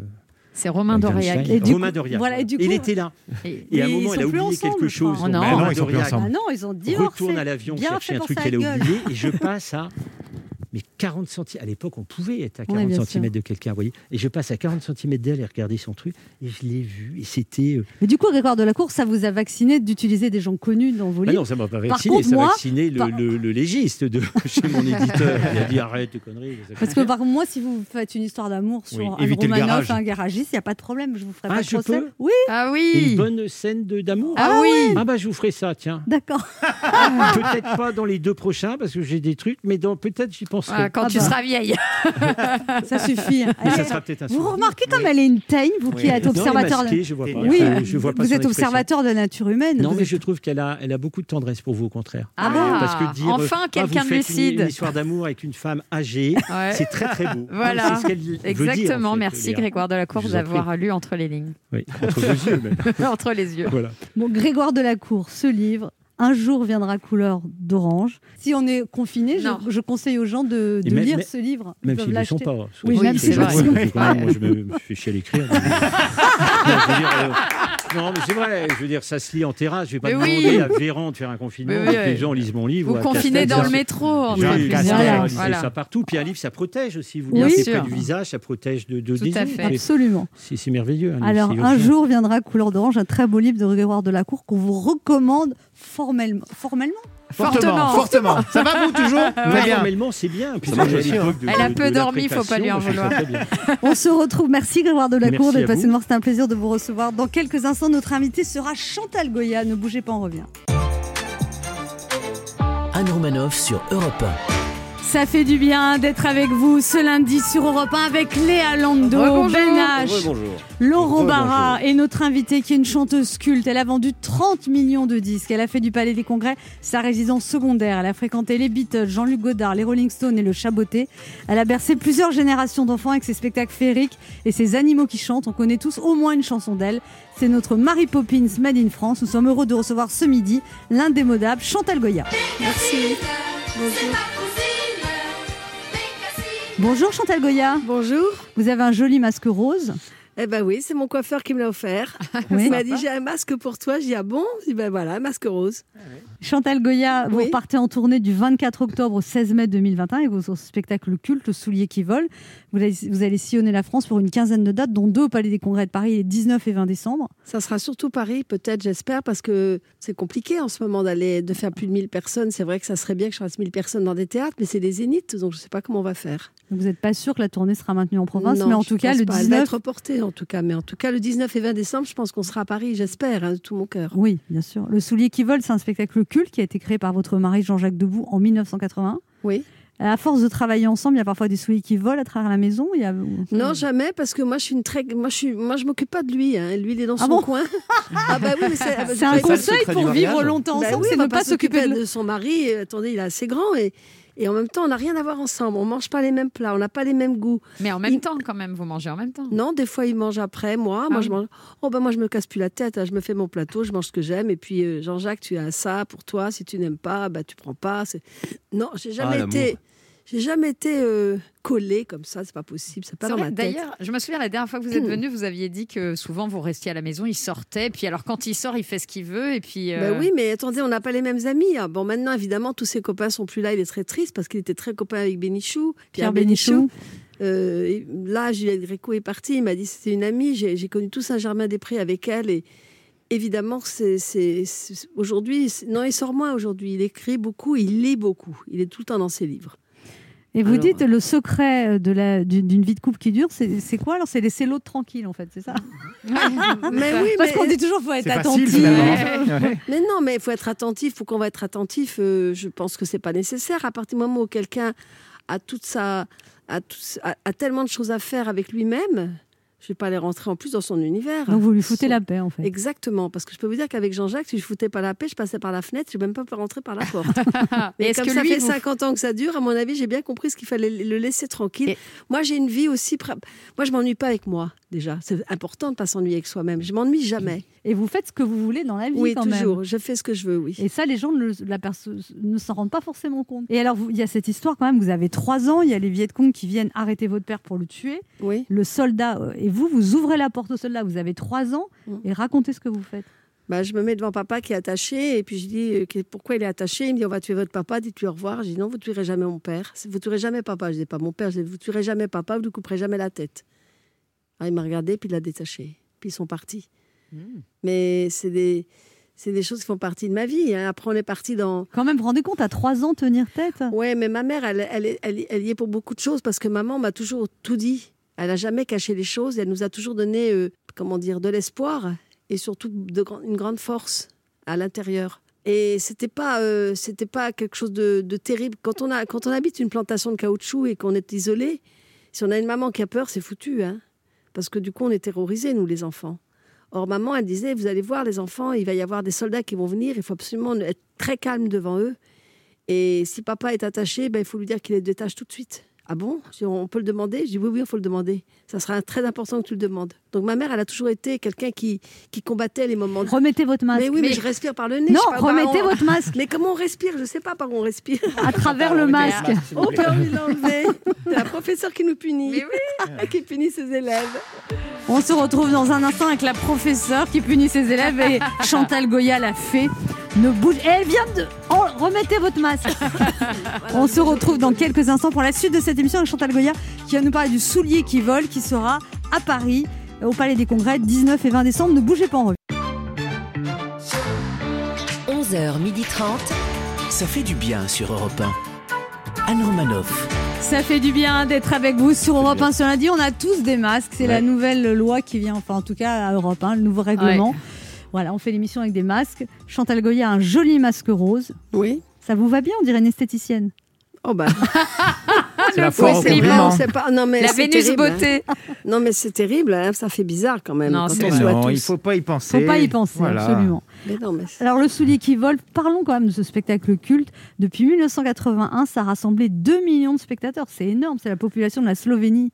Speaker 5: C'est Romain
Speaker 9: avec
Speaker 5: Doriac.
Speaker 9: Einstein. Ah, Romain Doriac.
Speaker 3: voilà, et du
Speaker 9: il
Speaker 3: coup-
Speaker 5: (laughs)
Speaker 9: était là.
Speaker 5: Et-
Speaker 9: Et à un
Speaker 3: Mais
Speaker 9: moment,
Speaker 3: ils
Speaker 9: elle
Speaker 3: sont
Speaker 9: a
Speaker 3: plus
Speaker 9: oublié
Speaker 3: ensemble,
Speaker 9: quelque
Speaker 3: je crois.
Speaker 9: chose.
Speaker 3: Oh non.
Speaker 9: Romain
Speaker 3: Ah non,
Speaker 4: ils sont plus
Speaker 9: Doriac
Speaker 4: ensemble.
Speaker 3: Ah non, ils ont divorcé.
Speaker 9: retourne à l'avion
Speaker 3: Bien
Speaker 9: chercher
Speaker 3: fait
Speaker 9: un
Speaker 3: pour
Speaker 9: truc
Speaker 3: sa
Speaker 9: qu'elle a
Speaker 3: gueule.
Speaker 9: oublié
Speaker 3: (laughs)
Speaker 9: et je passe à mais 40 cm à l'époque on pouvait être à
Speaker 3: Ouais,
Speaker 9: 40
Speaker 3: bien
Speaker 9: cm de quelqu'un vous voyez et je passe à 40 cm d'elle et regarder son truc et je l'ai vu et c'était euh,
Speaker 3: Mais du coup, Grégoire de la Cour, ça vous a vacciné d'utiliser des gens connus dans vos
Speaker 9: bah
Speaker 3: livres
Speaker 9: non ça m'a pas
Speaker 3: Par
Speaker 9: vacciné
Speaker 3: contre,
Speaker 9: ça a
Speaker 3: moi,
Speaker 9: vacciné le,
Speaker 3: par-
Speaker 9: le- le légiste de (laughs) chez mon éditeur il a
Speaker 3: (laughs)
Speaker 9: dit arrête tes conneries
Speaker 3: Parce que par contre, moi, si vous faites une histoire d'amour sur
Speaker 9: Oui,
Speaker 3: un
Speaker 9: évitez le
Speaker 3: Romanoff,
Speaker 9: garage.
Speaker 3: un garagiste, il n'y a pas de problème, je vous ferai
Speaker 9: Ah,
Speaker 3: pas de
Speaker 9: je
Speaker 3: procès.
Speaker 9: peux
Speaker 3: oui,
Speaker 5: Ah
Speaker 9: une
Speaker 5: oui
Speaker 9: bonne scène de- d'amour
Speaker 5: Ah oui
Speaker 9: ah bah je vous ferai ça tiens
Speaker 3: d'accord.
Speaker 9: (laughs) Ah, peut-être pas dans les deux prochains parce que j'ai des trucs mais dans peut-être j'y penserai
Speaker 5: Ah, Quand
Speaker 3: Ah
Speaker 5: tu
Speaker 3: bah.
Speaker 5: seras vieille.
Speaker 3: Ça suffit.
Speaker 9: mais
Speaker 3: Allez,
Speaker 9: ça sera peut-être un
Speaker 3: vous
Speaker 9: sourire.
Speaker 3: remarquez comme elle est une teigne, vous qui
Speaker 4: Oui.
Speaker 3: êtes
Speaker 9: Non, elle est
Speaker 3: observateur.
Speaker 9: masquée, je vois pas.
Speaker 3: Oui,
Speaker 9: Euh, je vois pas
Speaker 3: vous
Speaker 9: son
Speaker 3: êtes
Speaker 9: expression.
Speaker 3: observateur de la nature humaine.
Speaker 9: Non,
Speaker 3: vous
Speaker 9: mais
Speaker 3: êtes-
Speaker 9: je trouve qu'elle a, elle a beaucoup de tendresse pour vous, au contraire.
Speaker 5: Ah bon
Speaker 9: Parce que dire,
Speaker 5: Enfin,
Speaker 9: euh, Ah,
Speaker 5: quelqu'un
Speaker 9: vous
Speaker 5: de
Speaker 9: faites une-
Speaker 5: lucide.
Speaker 9: Une histoire d'amour avec une femme âgée,
Speaker 5: Ouais.
Speaker 9: c'est très très beau.
Speaker 5: (laughs) Voilà.
Speaker 9: C'est ce qu'elle veut dire, en
Speaker 5: Exactement,
Speaker 9: fait,
Speaker 5: merci
Speaker 9: Léa.
Speaker 5: Grégoire Delacour
Speaker 9: Je vous en
Speaker 5: d'avoir lu entre les lignes,
Speaker 9: Oui, entre vos yeux même.
Speaker 5: (laughs) entre les yeux.
Speaker 9: Voilà.
Speaker 3: Bon, Grégoire Delacour, ce livre, un jour viendra couleur d'orange. Si on est confiné, je,
Speaker 5: Non.
Speaker 3: je conseille aux gens de,
Speaker 9: Et
Speaker 3: de
Speaker 9: même-
Speaker 3: lire
Speaker 9: mais-
Speaker 3: ce livre. Ils
Speaker 9: Même
Speaker 3: peuvent
Speaker 9: s'ils ne le sont
Speaker 3: l'acheter.
Speaker 9: pas.
Speaker 3: Oui,
Speaker 9: Parce que
Speaker 5: même
Speaker 9: c'est
Speaker 5: s'ils le
Speaker 9: vrai,
Speaker 5: sont
Speaker 9: parce que
Speaker 3: pas. (laughs)
Speaker 9: quand même, Moi, je me, me fais chier à l'écrire. mais- Non, je veux dire, euh, Non, mais c'est vrai, je veux dire, ça se lit en terrasse. Je vais pas
Speaker 5: Mais
Speaker 9: demander
Speaker 5: oui.
Speaker 9: à Véran de faire un confinement,
Speaker 5: Mais oui,
Speaker 9: pour que
Speaker 5: ouais.
Speaker 9: les gens lisent mon livre.
Speaker 5: Vous
Speaker 9: ou à
Speaker 5: confinez
Speaker 9: Castel,
Speaker 5: dans le
Speaker 9: ça-
Speaker 5: métro,
Speaker 9: Oui,
Speaker 5: enfin, plus
Speaker 3: Castel,
Speaker 5: voilà.
Speaker 3: on
Speaker 9: lisez
Speaker 5: Voilà.
Speaker 9: ça partout. Puis un livre, ça protège aussi. Vous
Speaker 3: Oui.
Speaker 9: lisez
Speaker 5: Bien
Speaker 9: près
Speaker 5: sûr.
Speaker 9: du visage, ça protège de, de
Speaker 5: Tout
Speaker 9: des
Speaker 5: à
Speaker 9: yeux.
Speaker 5: fait.
Speaker 9: C'est-
Speaker 3: Absolument.
Speaker 9: C'est c'est merveilleux. hein, livre,
Speaker 3: Alors,
Speaker 9: c'est
Speaker 3: un
Speaker 9: éloquent.
Speaker 3: jour viendra couleur d'orange, un très beau livre de Grégoire Delacour qu'on vous recommande formellement. Formellement
Speaker 5: Fortement.
Speaker 4: fortement. Ça va vous toujours Très bien.
Speaker 9: Formellement, c'est bien. puisque
Speaker 4: Ça va,
Speaker 9: j'ai
Speaker 4: bien sûr.
Speaker 9: l'époque de-
Speaker 5: Elle a
Speaker 9: de-
Speaker 5: peu
Speaker 9: de la
Speaker 5: dormi, faut pas lui en
Speaker 9: prétation,
Speaker 5: vouloir.
Speaker 9: c'est (laughs) très bien.
Speaker 3: On se retrouve. Merci Grégoire Delacour
Speaker 9: Merci
Speaker 3: de
Speaker 9: à
Speaker 3: passer
Speaker 9: vous.
Speaker 3: nous voir. C'était un plaisir de vous recevoir. Dans quelques instants, notre invitée sera Chantal Goya. Ne bougez pas, on revient.
Speaker 12: Anne Romanoff sur Europe
Speaker 2: Ça fait du bien d'être avec vous ce lundi sur Europe 1 avec Léa Lando,
Speaker 5: Rebonjour.
Speaker 2: Ben H,
Speaker 13: Bonjour.
Speaker 2: Laurent
Speaker 13: Rebonjour.
Speaker 2: Barra et notre invitée qui est une chanteuse culte. Elle a vendu 30 millions de disques. Elle a fait du Palais des Congrès sa résidence secondaire. Elle a fréquenté les Beatles, Jean-Luc Godard, les Rolling Stones et le Chaboté. Elle a bercé plusieurs générations d'enfants avec ses spectacles féeriques et ses animaux qui chantent. On connaît tous au moins une chanson d'elle. C'est notre Mary Poppins Made in France. Nous sommes heureux de recevoir ce midi l'indémodable Chantal Goya.
Speaker 11: Merci. Bonjour.
Speaker 3: Bonjour Chantal Goya.
Speaker 11: Bonjour.
Speaker 3: Vous avez un joli masque rose.
Speaker 11: Eh ben oui, c'est mon coiffeur qui me l'a offert.
Speaker 3: Oui.
Speaker 11: Il m'a dit j'ai un masque pour toi. J'ai dit ah bon Il dit ben voilà, un masque rose.
Speaker 3: Chantal Goya, vous
Speaker 11: Oui.
Speaker 3: repartez en tournée du 24 octobre au 16 mai 2021 avec vos spectacles cultes, Souliers qui volent. Vous allez, vous allez sillonner la France pour une quinzaine de dates, dont deux au Palais des Congrès de Paris les 19 et 20 décembre.
Speaker 11: Ça sera surtout Paris, peut-être, j'espère, parce que c'est compliqué en ce moment d'aller de faire plus de 1000 personnes. C'est vrai que ça serait bien que je fasse 1000 personnes dans des théâtres, mais c'est des zéniths, donc je ne sais pas comment on va faire.
Speaker 3: Donc vous n'êtes pas sûr que la tournée sera maintenue en province,
Speaker 11: Non,
Speaker 3: mais en
Speaker 11: je
Speaker 3: tout cas,
Speaker 11: pense
Speaker 3: le
Speaker 11: pas. Elle va
Speaker 3: 19.
Speaker 11: être reportée, en tout cas. Mais en tout cas, le 19 et 20 décembre, je pense qu'on sera à Paris, j'espère, hein, de tout mon cœur.
Speaker 3: Oui, bien sûr. Le Soulier qui vole, c'est un spectacle culte qui a été créé par votre mari Jean-Jacques Debout en 1981.
Speaker 11: Oui.
Speaker 3: À force de travailler ensemble, il y a parfois des souliers qui volent à travers la maison. Il y a... Hmm.
Speaker 11: Non, jamais, parce que moi, je suis une très, moi, je suis, moi, je m'occupe pas de lui. hein. Lui, il est dans
Speaker 3: Ah
Speaker 11: son
Speaker 3: bon (laughs)
Speaker 11: coin. Ah bah oui, mais c'est ah bah,
Speaker 3: C'est un
Speaker 11: je-
Speaker 4: pas le secret
Speaker 3: conseil
Speaker 4: du
Speaker 3: pour vivre
Speaker 4: mariage.
Speaker 3: longtemps
Speaker 11: Bah
Speaker 3: ensemble,
Speaker 11: oui,
Speaker 3: c'est
Speaker 11: on
Speaker 3: ne
Speaker 11: va
Speaker 3: pas s'occuper de
Speaker 11: de son mari. Euh, Attendez, il est assez grand et, et en même temps, on n'a rien à voir ensemble. On mange pas les mêmes plats, on n'a pas les mêmes goûts.
Speaker 5: Mais en même
Speaker 11: Il-
Speaker 5: temps, quand même, vous mangez en même temps.
Speaker 11: Non, des fois, il mange après moi. moi,
Speaker 5: Ah
Speaker 11: je
Speaker 5: oui.
Speaker 11: mange. Oh bah moi, je me casse plus la tête. hein. Je me fais mon plateau, je mange ce que j'aime. Et puis euh, Jean-Jacques, tu as ça pour toi. Si tu n'aimes pas, bah tu prends pas. C'est- Non, j'ai jamais
Speaker 13: l'amour.
Speaker 11: été, j'ai jamais été collé comme ça. C'est pas possible. C'est pas
Speaker 5: C'est
Speaker 11: dans
Speaker 5: vrai,
Speaker 11: ma tête. Hmm.
Speaker 5: D'ailleurs, je me souviens la dernière fois que vous êtes venu, vous aviez dit que souvent vous restiez à la maison, il sortait, puis alors quand il sort, il fait ce qu'il veut, et puis. euh,
Speaker 11: Ben oui, mais attendez, on n'a pas les mêmes amis. Ah, Bon, maintenant, évidemment, tous ses copains sont plus là. Il est très triste parce qu'il était très copain avec Bénichou, Pierre, Bénichou. Euh, et là, Juliette Gréco est partie. Il m'a dit c'était une amie. J'ai j'ai connu tout Saint-Germain-des-Prés avec elle. Et évidemment, c'est c'est- c'est- aujourd'hui, c'est- non, il sort moins aujourd'hui. Il écrit beaucoup, il lit beaucoup. Il est tout le temps dans ses livres.
Speaker 3: Et vous Alors,
Speaker 11: euh,
Speaker 3: dites le secret euh, de la, d'une vie de couple qui dure, c'est, c'est quoi Alors c'est laisser l'autre tranquille en fait, c'est ça
Speaker 11: mais oui,
Speaker 3: Parce
Speaker 11: mais-
Speaker 3: qu'on dit toujours faut être
Speaker 11: C'est
Speaker 3: attentif.
Speaker 11: facile,
Speaker 3: Ouais.
Speaker 11: Mais non, mais il faut être attentif. Pourquoi on va être attentif Euh, Je pense que c'est pas nécessaire. À partir du moment où quelqu'un a toute sa, a, tout- a- a tellement de choses à faire avec lui-même, je vais pas aller rentrer en plus dans son univers.
Speaker 3: Donc vous lui foutez la paix en fait.
Speaker 11: Exactement, parce que je peux vous dire qu'avec Jean-Jacques, si je foutais pas la paix, je passais par la fenêtre, je n'ai même pas pu rentrer par la porte.
Speaker 3: (laughs)
Speaker 5: Mais
Speaker 11: Mais
Speaker 5: est-ce
Speaker 11: comme
Speaker 5: que
Speaker 11: ça
Speaker 5: lui,
Speaker 11: fait
Speaker 5: vous-
Speaker 11: 50 ans que ça dure, à mon avis, j'ai bien compris ce qu'il fallait le laisser tranquille. Moi, j'ai une vie aussi. pra- Moi, je m'ennuie pas avec moi, déjà. C'est important de pas s'ennuyer avec soi-même. Je m'ennuie jamais.
Speaker 3: Et vous faites ce que vous voulez dans la vie
Speaker 11: Oui,
Speaker 3: quand même.
Speaker 11: toujours. Je fais ce que je veux, oui.
Speaker 3: Et ça, les gens ne, le- la perce- ne s'en rendent pas forcément compte. Et alors, vous- il y a cette histoire quand même, vous avez trois ans, il y a les Vietcong qui viennent arrêter votre père pour le tuer.
Speaker 11: Oui.
Speaker 3: Le soldat, euh, et vous, vous ouvrez la porte au soldat, vous avez trois ans, et racontez ce que vous faites.
Speaker 11: Mm. Bah, je me mets devant papa qui est attaché et puis je dis euh, que- pourquoi il est attaché. Il me dit on va tuer votre papa, dites-lui au revoir. Je dis non, vous tuerez jamais mon père. Vous tuerez jamais papa. Je dis pas mon père, je dis, vous tuerez jamais papa, vous ne couperez jamais la tête. Ah, il m'a regardé puis il l'a détaché. Puis ils sont partis. Mais c'est des, c'est des choses qui font partie de ma vie. hein. Après, on est parti dans.
Speaker 3: Quand même, vous vous rendez compte, à trois ans, tenir tête
Speaker 11: Ouais, mais ma mère, elle, elle, est- elle, elle y est pour beaucoup de choses parce que maman m'a toujours tout dit. Elle n'a jamais caché les choses. Elle nous a toujours donné, euh, comment dire, de l'espoir et surtout de grand- une grande force à l'intérieur. Et c'était pas, euh, c'était pas quelque chose de, de terrible. Quand on, a, quand on habite une plantation de caoutchouc et qu'on est isolé, si on a une maman qui a peur, c'est foutu, hein Parce que du coup, on est terrorisés, nous, les enfants. Or, maman, elle disait, vous allez voir, les enfants, il va y avoir des soldats qui vont venir. Il faut absolument être très calme devant eux. Et si papa est attaché, ben, il faut lui dire qu'il est détaché tout de suite. Ah bon Je dis, On peut le demander Je dis oui, oui, il faut le demander. Ça sera très important que tu le demandes. Donc ma mère, elle a toujours été quelqu'un qui, qui combattait les moments. de-
Speaker 3: Remettez votre masque.
Speaker 11: Mais oui, mais,
Speaker 3: Mais-
Speaker 11: je respire par le nez. je
Speaker 3: Non,
Speaker 11: sais pas, par-
Speaker 3: remettez
Speaker 11: on-
Speaker 3: votre masque.
Speaker 11: (laughs) Mais comment on respire Je sais pas par où on respire.
Speaker 3: À travers le
Speaker 11: Remettez
Speaker 3: masque.
Speaker 11: Oh, ben, on lui l'a enlevé. C'est la professeure qui nous punit. (laughs) qui punit ses élèves.
Speaker 14: On se retrouve dans un instant avec la professeure qui punit ses élèves et Chantal Goya l'a fait.
Speaker 3: Ne bouge. Et elle vient de. Oh, remettez votre masque. On se retrouve dans quelques instants pour la suite de cette émission avec Chantal Goya qui va nous parler du soulier qui vole qui sera à Paris au Palais des Congrès 19 et 20 décembre. Ne bougez pas en revue.
Speaker 2: 11h30. Ça fait du bien sur Europe 1. Anne Romanoff.
Speaker 14: Ça fait du bien d'être avec vous sur Europe 1 ce lundi. On a tous des masques.
Speaker 3: C'est la nouvelle loi qui vient, enfin en tout cas à Europe, hein, le nouveau règlement.
Speaker 14: Ouais.
Speaker 3: Voilà, on fait l'émission avec des masques. Chantal Goya a un joli masque rose.
Speaker 11: Oui.
Speaker 3: Ça vous va bien, on dirait une esthéticienne.
Speaker 11: Oh bah.
Speaker 3: Ah, C'est la
Speaker 11: Oui,
Speaker 3: foire aux
Speaker 11: c'est vrai,
Speaker 3: compliments.
Speaker 11: on sait pas. Non, mais
Speaker 3: La
Speaker 11: c'est
Speaker 3: Vénus
Speaker 11: terrible, hein.
Speaker 3: beauté.
Speaker 11: Non, mais c'est terrible, hein, ça fait bizarre quand même.
Speaker 3: Non,
Speaker 11: quand
Speaker 3: c'est
Speaker 11: on
Speaker 3: vrai.
Speaker 11: voit
Speaker 3: Non,
Speaker 11: tous.
Speaker 3: il faut pas y penser. Faut pas y penser, Voilà. absolument.
Speaker 11: Mais non, mais c'est-
Speaker 3: Alors le soulier qui vole, parlons quand même de ce spectacle culte. Depuis 1981, ça a rassemblé 2 millions de spectateurs. C'est énorme, c'est la population de la Slovénie.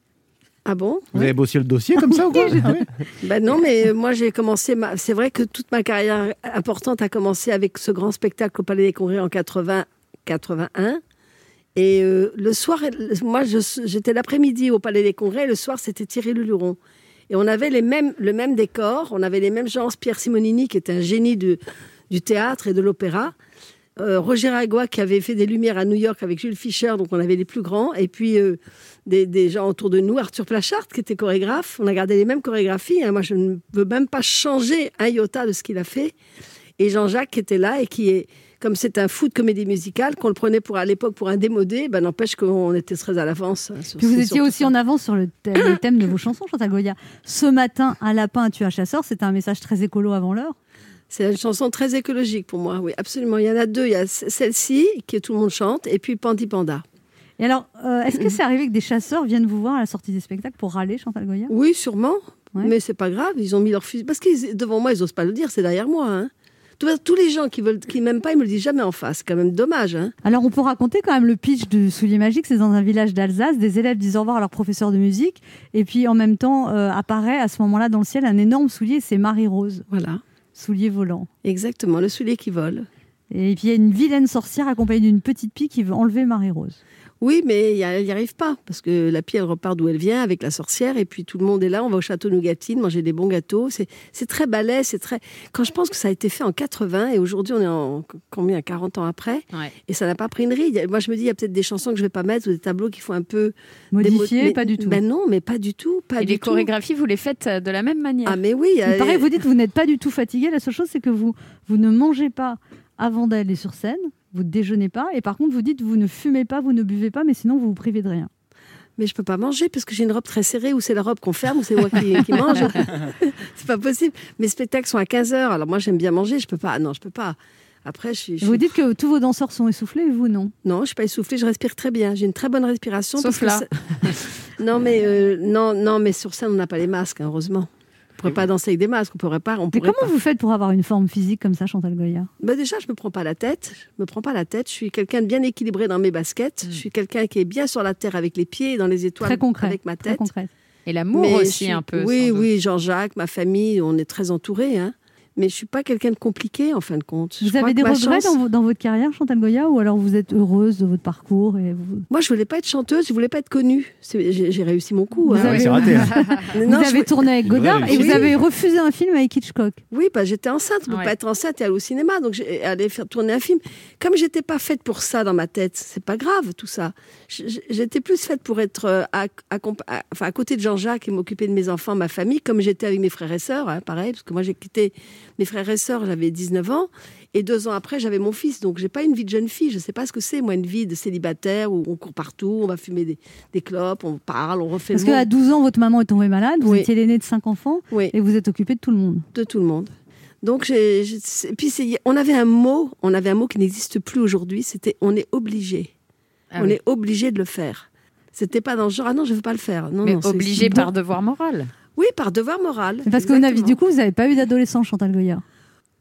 Speaker 11: Ah bon
Speaker 4: Vous avez bossé le dossier comme ça ou (laughs) quoi Ah ouais.
Speaker 11: Ben non, mais moi j'ai commencé. Ma... C'est vrai que toute ma carrière importante a commencé avec ce grand spectacle au Palais des Congrès en 80, 81. Et euh, le soir, le- moi je- j'étais l'après-midi au Palais des Congrès. Et le soir, c'était Thierry Leluron. Et on avait les mêmes, le même décor, on avait les mêmes gens. Pierre Simonini, qui était un génie du, du théâtre et de l'opéra. Euh, Roger Agua qui avait fait des lumières à New York avec Jules Fischer, donc on avait les plus grands, et puis euh, des, des gens autour de nous, Arthur Plachard qui était chorégraphe, on a gardé les mêmes chorégraphies, hein. moi je ne veux même pas changer un iota de ce qu'il a fait, et Jean-Jacques qui était là et qui est, comme c'est un fou de comédie musicale, qu'on le prenait pour à l'époque pour un démodé, ben n'empêche qu'on était très à l'avance. hein, sur-
Speaker 3: Puis vous
Speaker 11: c'est
Speaker 3: étiez
Speaker 11: surtout
Speaker 3: aussi en avance sur le thème, le thème de vos chansons, Chantal Goya. Ce matin, un lapin tue un chasseur, c'était un message très écolo avant l'heure.
Speaker 11: C'est une chanson très écologique pour moi, oui, absolument. Il y en a deux, il y a c- celle-ci que tout le monde chante, et puis Pandi Panda. Mhm.
Speaker 3: Et alors, euh, est-ce que c'est arrivé que des chasseurs viennent vous voir à la sortie des spectacles pour râler, Chantal Goya
Speaker 11: Oui, sûrement. Mais c'est pas grave, ils ont mis leur fusil. Parce que devant moi, ils n'osent pas le dire, c'est derrière moi. hein. Tous, tous les gens qui veulent, qui m'aiment pas, ils me le disent jamais en face. C'est quand même dommage. hein.
Speaker 3: Alors, on peut raconter quand même le pitch du Soulier Magique. C'est dans un village d'Alsace. Des élèves disent au revoir à leur professeur de musique. Et puis, en même temps, euh, apparaît à ce moment-là dans le ciel un énorme soulier. C'est Marie-Rose.
Speaker 11: Voilà.
Speaker 3: Soulier volant.
Speaker 11: Exactement, le soulier qui vole.
Speaker 3: Et puis, il y a une vilaine sorcière accompagnée d'une petite pie qui veut enlever Marie-Rose.
Speaker 11: Oui, mais y a- elle n'y arrive pas. Parce que la pie, elle repart d'où elle vient avec la sorcière. Et puis tout le monde est là. On va au château Nougatine manger des bons gâteaux. C'est c'est très balai. C'est très. Quand je pense que ça a été fait en 80 et aujourd'hui, on est en combien 40 ans après. Et ça n'a pas pris une ride. Moi, je me dis, il y a peut-être des chansons que je vais pas mettre ou des tableaux qu'il faut un peu
Speaker 3: Modifier,
Speaker 11: démo- mais-
Speaker 3: pas du tout.
Speaker 11: Ben non, mais pas du tout. Pas
Speaker 5: Et
Speaker 11: du
Speaker 5: les
Speaker 11: tout.
Speaker 5: chorégraphies, vous les faites euh, de la même manière.
Speaker 11: Ah, mais oui.
Speaker 3: Il
Speaker 11: euh,
Speaker 3: paraît que vous dites que vous n'êtes pas du tout fatigué. La seule chose, c'est que vous, vous ne mangez pas avant d'aller sur scène. vous déjeunez pas, et par contre vous dites vous ne fumez pas, vous ne buvez pas, mais sinon vous vous privez de rien.
Speaker 11: Mais je peux pas manger parce que j'ai une robe très serrée où c'est la robe qu'on ferme ou c'est moi qui, qui
Speaker 3: (laughs)
Speaker 11: mange. c'est pas possible. Mes spectacles sont à 15h. Alors moi j'aime bien manger, je peux pas. Ah Non, je peux pas. Après, je suis, je
Speaker 3: Vous
Speaker 11: suis-
Speaker 3: dites que tous vos danseurs sont essoufflés, et vous non.
Speaker 11: Non, je suis pas essoufflée, je respire très bien. J'ai une très bonne respiration.
Speaker 3: Sauf
Speaker 11: parce que ça-
Speaker 3: (laughs)
Speaker 11: non, mais euh, non, non, mais sur scène, on n'a pas les masques, hein, heureusement. On pourrait pas danser avec des masques, on pourrait pas. On
Speaker 3: Mais
Speaker 11: pourrait
Speaker 3: comment
Speaker 11: pas.
Speaker 3: vous faites pour avoir une forme physique comme ça, Chantal Goya
Speaker 11: Bah déjà, je me prends pas la tête. Je me prends pas la tête. Je suis quelqu'un de bien équilibré dans mes baskets. Je suis quelqu'un qui est bien sur la terre avec les pieds et dans les étoiles
Speaker 3: Mm. Très concret,
Speaker 11: avec ma
Speaker 3: très
Speaker 11: tête.
Speaker 3: concrète.
Speaker 5: Et l'amour
Speaker 11: Mais je
Speaker 5: aussi,
Speaker 11: suis-
Speaker 5: un peu.
Speaker 11: Oui,
Speaker 5: sans doute.
Speaker 11: oui, Jean-Jacques, ma famille, on est très entourés. hein. Mais je suis pas quelqu'un de compliqué en fin de compte. Je
Speaker 3: Vous
Speaker 11: crois
Speaker 3: avez
Speaker 11: que
Speaker 3: des
Speaker 11: ma
Speaker 3: regrets
Speaker 11: chance-
Speaker 3: dans, vo- dans votre carrière, Chantal Goya, ou alors vous êtes heureuse de votre parcours et vous...
Speaker 11: Moi, je voulais pas être chanteuse, je voulais pas être connue. C'est- J'ai j'ai réussi mon coup.
Speaker 3: Vous
Speaker 11: hein.
Speaker 3: avez- C'est raté, hein. (laughs)
Speaker 11: Mais
Speaker 3: Vous
Speaker 11: non, je
Speaker 3: avez
Speaker 11: voulais-
Speaker 3: tourné avec Godard et vous avez refusé un film avec Hitchcock.
Speaker 11: Oui, bah, j'étais enceinte. Pour
Speaker 3: Ouais.
Speaker 11: pas être enceinte et aller au cinéma, donc j'ai allé faire tourner un film. Comme j'étais pas faite pour ça dans ma tête, c'est pas grave tout ça. J- j- J'étais plus faite pour être euh, à, à comp- à- enfin, à côté de Jean-Jacques et m'occuper de mes enfants, ma famille, comme j'étais avec mes frères et sœurs, hein, pareil, parce que moi j'ai quitté mes frères et sœurs, j'avais 19 ans, et deux ans après j'avais mon fils, donc j'ai pas une vie de jeune fille. Je sais pas ce que c'est, moi, une vie de célibataire où on court partout, on va fumer des, des clopes, on parle, on refait
Speaker 3: Parce
Speaker 11: le monde.
Speaker 3: qu'à 12 ans, votre maman est tombée malade, vous
Speaker 11: Oui.
Speaker 3: étiez l'aînée de 5 enfants et vous êtes occupée de tout le monde.
Speaker 11: de tout le monde. Donc, j'ai- j'ai- c'est- puis c'est- on avait un mot, on avait un mot qui n'existe plus aujourd'hui. C'était on est obligé.
Speaker 5: Ah
Speaker 11: on
Speaker 5: oui.
Speaker 11: est obligé de le faire. C'était pas dans le genre ah non je veux pas le faire. Non,
Speaker 5: Mais
Speaker 11: non, c'est-
Speaker 5: obligé
Speaker 11: c'est-
Speaker 5: par devoir moral.
Speaker 11: Oui par devoir moral.
Speaker 3: Parce que vous n'avez- du coup, vous n'avez pas eu d'adolescent, Chantal Goya.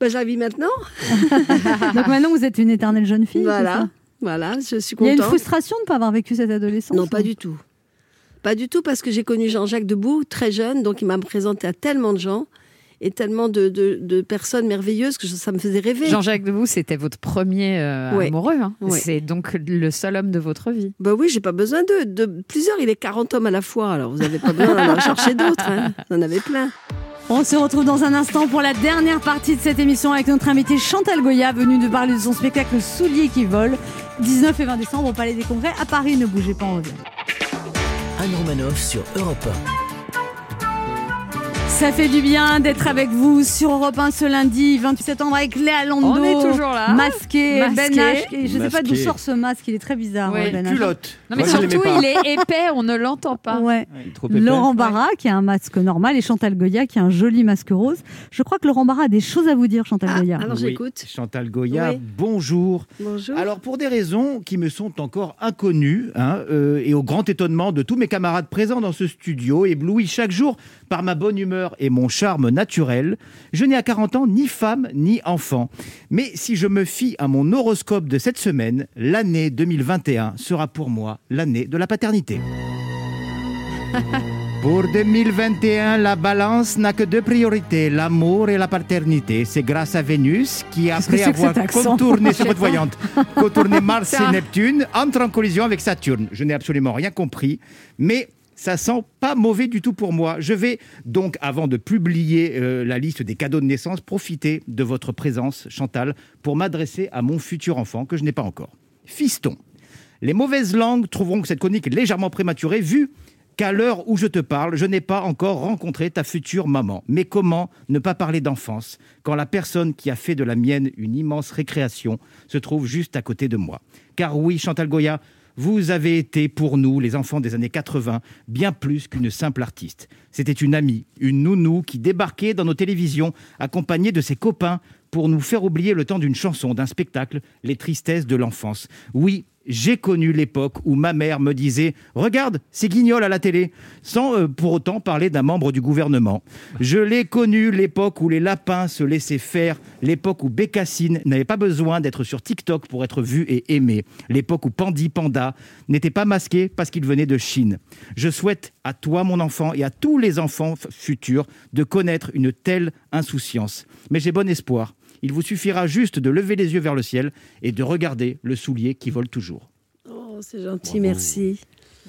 Speaker 11: Bah, je la vis maintenant.
Speaker 5: (laughs)
Speaker 3: Donc maintenant, vous êtes une éternelle jeune fille. c'est
Speaker 11: Ah. Voilà,
Speaker 3: ça
Speaker 11: voilà, je suis
Speaker 3: Il y a
Speaker 11: contente.
Speaker 3: une frustration de ne pas avoir vécu cette adolescence. hein.
Speaker 11: Non, pas du tout. Pas du tout, parce que j'ai connu Jean-Jacques Debout très jeune, donc il m'a présenté à tellement de gens et tellement de, de- de personnes merveilleuses que je- ça me faisait rêver.
Speaker 5: Jean-Jacques Debout, c'était votre premier euh,
Speaker 11: Ouais.
Speaker 5: amoureux. hein.
Speaker 11: Ouais.
Speaker 5: C'est donc le seul homme de votre vie.
Speaker 11: Bah oui, j'ai pas besoin d'eux. De plusieurs, il est 40 hommes à la fois, alors vous n'avez pas besoin d'en chercher d'autres. hein. Vous en avez plein.
Speaker 3: On se retrouve dans un instant pour la dernière partie de cette émission avec notre invitée Chantal Goya, venue de parler de son spectacle Souliers qui volent, 19 et 20 décembre au Palais des Congrès à Paris. Ne bougez pas, on revient.
Speaker 2: Anne Romanoff sur Europe
Speaker 3: Ça fait du bien d'être avec vous sur Europe 1 ce lundi 28 septembre avec Léa Lando.
Speaker 5: On est toujours là.
Speaker 3: Masqué,
Speaker 5: Masqué.
Speaker 3: Ben H. Et je ne sais pas d'où
Speaker 5: Masqué.
Speaker 3: sort ce masque, il est très bizarre.
Speaker 5: Ouais.
Speaker 3: hein, Ben H.
Speaker 5: Culotte. Non, mais surtout, il est épais, on ne l'entend pas.
Speaker 3: Ouais.
Speaker 15: trop épais.
Speaker 3: Laurent Barra qui a un masque normal et Chantal Goya qui a un joli masque rose. Je crois que Laurent Barra a des choses à vous dire, Chantal
Speaker 5: Ah,
Speaker 3: Goya.
Speaker 4: Oui, Chantal Goya,
Speaker 3: Ah Oui.
Speaker 4: bonjour.
Speaker 11: Bonjour.
Speaker 4: Alors, pour des raisons qui me sont encore inconnues, hein, euh, et au grand étonnement de tous mes camarades présents dans ce studio, éblouis chaque jour par ma bonne humeur et mon charme naturel, je n'ai à 40 ans ni femme ni enfant. Mais si je me fie à mon horoscope de cette semaine, l'année 2021 sera pour moi l'année de la paternité. Pour 2021, la balance n'a que deux priorités, l'amour et la paternité. C'est grâce à Vénus qui,
Speaker 6: que
Speaker 4: après
Speaker 6: c'est que
Speaker 4: avoir
Speaker 6: cet accent (laughs)
Speaker 4: contourné,
Speaker 6: Je sais
Speaker 4: sur votre
Speaker 6: pas.
Speaker 4: voyante, contourné Mars
Speaker 6: Ça.
Speaker 4: et Neptune, entre en collision avec Saturne. Je n'ai absolument rien compris, mais ça sent pas mauvais du tout pour moi. Je vais donc, avant de publier euh, la liste des cadeaux de naissance, profiter de votre présence, Chantal, pour m'adresser à mon futur enfant que je n'ai pas encore. Fiston. Les mauvaises langues trouveront que cette chronique est légèrement prématurée, vu qu'à l'heure où je te parle, je n'ai pas encore rencontré ta future maman. Mais comment ne pas parler d'enfance quand la personne qui a fait de la mienne une immense récréation se trouve juste à côté de moi Car oui, Chantal Goya, vous avez été pour nous, les enfants des années 80, bien plus qu'une simple artiste. C'était une amie, une nounou qui débarquait dans nos télévisions, accompagnée de ses copains, pour nous faire oublier le temps d'une chanson, d'un spectacle, les tristesses de l'enfance. Oui, j'ai connu l'époque où ma mère me disait Regarde, c'est Guignol à la télé, sans euh, pour autant parler d'un membre du gouvernement. Je l'ai connu l'époque où les lapins se laissaient faire, l'époque où Bécassine n'avait pas besoin d'être sur TikTok pour être vu et aimé, l'époque où Pandy Panda n'était pas masqué parce qu'il venait de Chine. Je souhaite à toi, mon enfant, et à tous les enfants f- futurs de connaître une telle insouciance. Mais j'ai bon espoir. Il vous suffira juste de lever les yeux vers le ciel et de regarder le soulier qui vole toujours.
Speaker 11: Oh, c'est gentil, merci.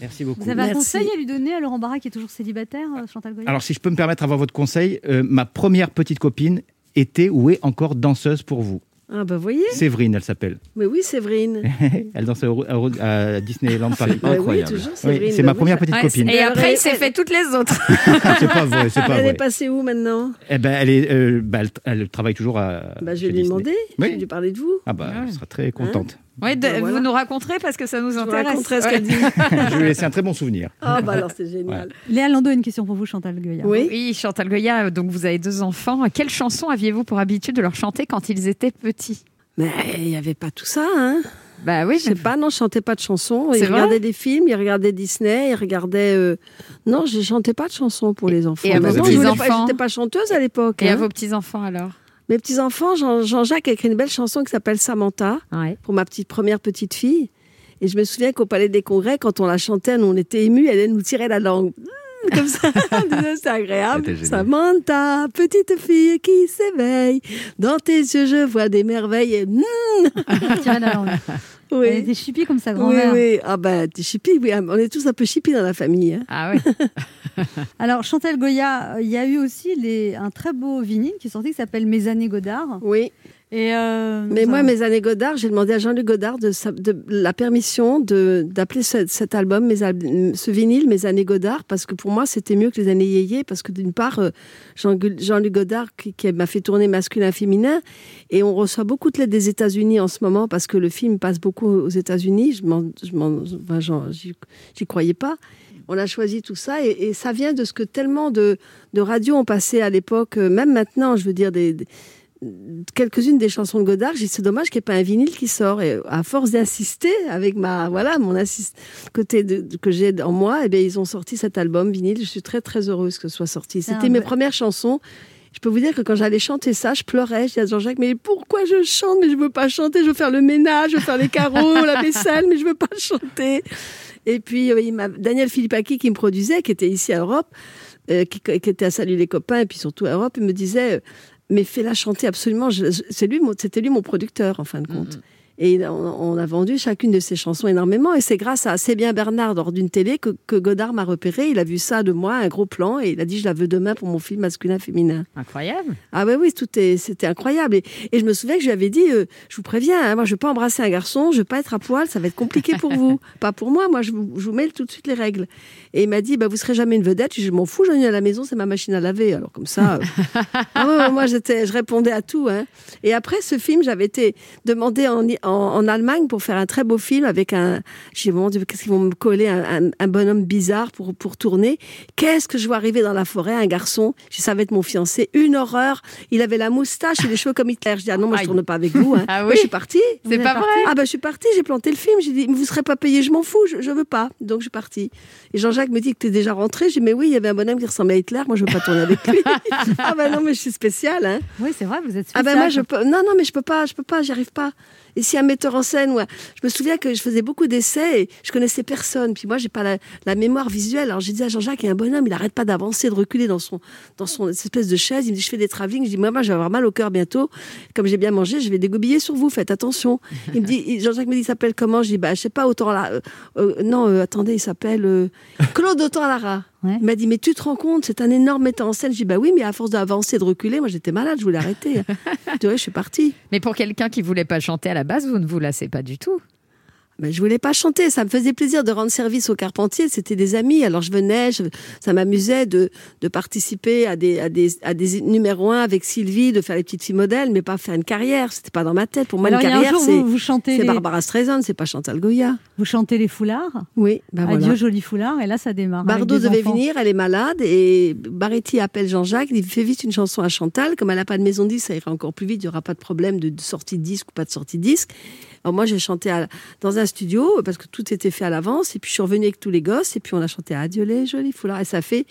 Speaker 4: Merci beaucoup.
Speaker 3: Vous avez un conseil à lui donner à Laurent Barra qui est toujours célibataire, euh, Chantal Goya
Speaker 4: Alors, si je peux me permettre d'avoir votre conseil, euh, ma première petite copine était ou est encore danseuse pour vous.
Speaker 11: Ah bah voyez.
Speaker 4: Séverine, elle s'appelle.
Speaker 11: Mais oui, Séverine.
Speaker 4: elle danse à, Euro- à Euro- à Disneyland Paris.
Speaker 11: Bah oui, Incroyable. toujours, Séverine,
Speaker 4: c'est
Speaker 11: bah
Speaker 4: ma
Speaker 11: oui,
Speaker 4: première
Speaker 11: ça-
Speaker 4: petite
Speaker 11: Ouais,
Speaker 4: copine.
Speaker 5: Et
Speaker 11: Elle
Speaker 5: après,
Speaker 11: aurait-
Speaker 5: il s'est fait toutes les autres.
Speaker 4: (laughs) c'est pas vrai, c'est pas
Speaker 11: elle est
Speaker 4: vrai.
Speaker 11: passée où maintenant
Speaker 4: Eh ben, elle, est, euh, bah, elle, tra- elle travaille toujours à.
Speaker 11: bah, Je
Speaker 4: chez
Speaker 11: vais lui
Speaker 4: Disney.
Speaker 11: demander,
Speaker 4: Oui.
Speaker 11: je vais lui parler de vous.
Speaker 4: Ah bah, elle sera très contente.
Speaker 5: Ouais, de-
Speaker 11: Ben voilà. (laughs)
Speaker 5: Vous nous raconterez parce que ça nous intéresse.
Speaker 11: raconterai ce qu'elle
Speaker 5: Ouais. (laughs)
Speaker 4: je lui ai laissé un très bon souvenir.
Speaker 11: Ah bah alors c'est génial.
Speaker 1: Léa Landau, une question pour vous, Chantal Goya.
Speaker 11: Oui.
Speaker 5: Chantal Goya, donc vous avez deux enfants. Quelle chanson aviez-vous pour habitude de leur chanter quand ils étaient petits
Speaker 11: Mais il n'y avait pas tout ça, hein
Speaker 5: Bah oui,
Speaker 11: Je sais pas, non, je chantais pas de chansons.
Speaker 5: C'est
Speaker 11: Ils
Speaker 5: vrai
Speaker 11: regardaient des films, ils regardaient Disney, ils regardaient. euh, Non, je chantais pas de chansons pour les enfants.
Speaker 5: et à
Speaker 11: Bah
Speaker 5: vos
Speaker 11: non, je voulais pas-
Speaker 5: petits-enfants
Speaker 11: J'étais pas chanteuse à l'époque.
Speaker 5: Et à
Speaker 11: hein.
Speaker 5: vos petits-enfants alors
Speaker 11: Mes petits-enfants, Jean- Jean-Jacques a écrit une belle chanson qui s'appelle Samantha
Speaker 5: Ouais.
Speaker 11: pour ma petite première petite fille. Et je me souviens qu'au Palais des Congrès, quand on la chantait, nous, on était émus, elle nous tirait la langue. Mmh, Comme ça, On disait, c'est agréable.
Speaker 16: C'était génial.
Speaker 11: Samantha, petite fille qui s'éveille. Dans tes yeux, je vois des merveilles. Et, mmh. (laughs) Oui.
Speaker 1: Elle était chipie comme sa
Speaker 11: Oui,
Speaker 1: grand-mère.
Speaker 11: oui. Ah ben, t'es chippie, oui. On est tous un peu chippie dans la famille. hein.
Speaker 5: Ah oui.
Speaker 1: Alors, Chantal Goya, euh, il y a eu aussi les- un très beau vinyle qui est sorti qui s'appelle Mes années Godard.
Speaker 11: Oui.
Speaker 1: Et euh,
Speaker 11: Mais
Speaker 1: ça-
Speaker 11: moi, mes années Godard, j'ai demandé à Jean-Luc Godard de, sa- de- la permission de- d'appeler ce- cet album, mes al- ce vinyle, mes années Godard, parce que pour moi, c'était mieux que les années Yéyé, parce que d'une part, euh, Jean- Jean-Luc Godard qui, qui m'a fait tourner masculin-féminin, et on reçoit beaucoup de l'aide des États-Unis en ce moment, parce que le film passe beaucoup aux États-Unis. Je m'en- je m'en- enfin, j'en- j'y j'y croyais pas. On a choisi tout ça et, et ça vient de ce que tellement de, de radios ont passé à l'époque, euh, même maintenant, je veux dire, des, des- quelques-unes des chansons de Godard. J'ai dit, c'est dommage qu'il n'y ait pas un vinyle qui sort. Et à force d'insister avec ma, voilà, mon assist, côté de- de- que j'ai en moi, eh bien, ils ont sorti cet album vinyle. Je suis très, très heureuse que ce soit sorti.
Speaker 1: C'est un
Speaker 11: C'était mes
Speaker 1: be-
Speaker 11: premières chansons. Je peux vous dire que quand j'allais chanter ça, je pleurais. Je disais à Jean-Jacques, mais pourquoi je chante Mais je veux pas chanter. Je veux faire le ménage, je veux faire les carreaux, la vaisselle, mais je veux pas chanter. Et puis, euh, il m'a- Daniel Philippaki, qui me produisait, qui était ici à Europe, euh, qui, qui était à Salut les copains, et puis surtout à Europe, il me disait euh, Mais fais-la chanter absolument. Je- je- c'est lui, mon- C'était lui mon producteur, en fin de compte. Et il a- on, on a vendu chacune de ses chansons énormément. Et c'est grâce à C'est bien Bernard, hors d'une télé, que, que Godard m'a repéré. Il a vu ça de moi, un gros plan, et il a dit Je la veux demain pour mon film masculin-féminin.
Speaker 5: Incroyable.
Speaker 11: Ah ouais, oui, tout est, c'était incroyable. Et, et je me souviens que je lui avais dit, euh, je vous préviens, hein, moi je vais pas embrasser un garçon, je vais pas être à poil, ça va être compliqué pour vous, pas pour moi. Moi je vous, je vous mêle tout de suite les règles. Et il m'a dit, bah vous serez jamais une vedette. Je dis, Je m'en fous, j'en ai à la maison, c'est ma machine à laver. Alors comme ça, euh, (laughs) ah ouais, ouais, moi j'étais, je répondais à tout. hein. Et après ce film, j'avais été demandée en, en, en Allemagne pour faire un très beau film avec un, j'ai dit, mon Dieu, qu'est-ce qu'ils vont me coller un, un- un bonhomme bizarre pour pour tourner. Qu'est-ce que je vois arriver dans la forêt un garçon, je savais être mon fiancé, une horreur. Il avait la moustache et les (laughs) cheveux comme Hitler. Je dis ah non, moi je
Speaker 5: Aïe.
Speaker 11: tourne pas avec vous. hein.
Speaker 5: Ah
Speaker 11: Moi,
Speaker 5: oui
Speaker 11: je suis partie.
Speaker 5: C'est pas vrai
Speaker 11: Ah ben je suis partie, j'ai planté le film. J'ai dit mais vous serez pas payé, je m'en fous, je, je veux pas. Donc je suis partie. Et Jean-Jacques me dit que t'es déjà rentré. J'ai dit mais oui, il y avait un bonhomme qui ressemblait à Hitler. Moi je veux pas tourner avec
Speaker 1: (laughs)
Speaker 11: lui. ah ben non mais je suis spéciale. Hein.
Speaker 1: Oui, c'est vrai, vous êtes
Speaker 11: Ah
Speaker 1: spéciale.
Speaker 11: ben moi je peux non non mais je peux pas je peux pas j'y arrive pas et si un metteur en scène ouais. je me souviens que je faisais beaucoup d'essais et je connaissais personne puis moi j'ai pas la, la mémoire visuelle alors j'ai dit à Jean-Jacques il y a un bonhomme il arrête pas d'avancer de reculer dans son dans son espèce de chaise il me dit je fais des travelling je dis moi moi je vais avoir mal au cœur bientôt comme j'ai bien mangé je vais dégobiller sur vous faites attention il me dit Jean-Jacques me dit il s'appelle comment je dis bah je sais pas autant là euh, euh, non euh, attendez il s'appelle euh, Claude autant Lara il m'a dit, mais tu te rends compte, c'est un énorme metteur en scène. J'ai dit, bah oui, mais à force d'avancer, de reculer, moi j'étais malade, je voulais
Speaker 5: (laughs)
Speaker 11: arrêter. Tu vois, je suis partie.
Speaker 5: Mais pour quelqu'un qui voulait pas chanter à la base, vous ne vous lassez pas du tout.
Speaker 11: Mais Bah, je voulais pas chanter, ça me faisait plaisir de rendre service aux carpentiers, c'était des amis. Alors je venais, je- ça m'amusait de, de participer à des, à, des, à des numéros 1 avec Sylvie, de faire les petites filles modèles, mais pas faire une carrière, c'était pas dans ma tête. Pour moi,
Speaker 1: Alors,
Speaker 11: une
Speaker 1: il y a un
Speaker 11: carrière,
Speaker 1: jour,
Speaker 11: c'est
Speaker 1: vous- vous chantez
Speaker 11: c'est
Speaker 1: les-
Speaker 11: Barbara Streisand, c'est pas Chantal Goya.
Speaker 1: Vous chantez les foulards.
Speaker 11: Oui, ben
Speaker 1: Adieu,
Speaker 11: voilà.
Speaker 1: joli foulard. Et là, ça démarre. avec
Speaker 11: Bardot
Speaker 1: des
Speaker 11: devait
Speaker 1: enfants.
Speaker 11: venir, elle est malade et Baretti appelle Jean-Jacques, il dit fais vite une chanson à Chantal, comme elle n'a pas de maison de disque, ça ira encore plus vite, il n'y aura pas de problème de de sortie de disque ou pas de sortie de disque. Alors moi j'ai chanté à- dans un studio parce que tout était fait à l'avance et puis je suis revenue avec tous les gosses et puis on a chanté Adieu les jolis foulards et ça fait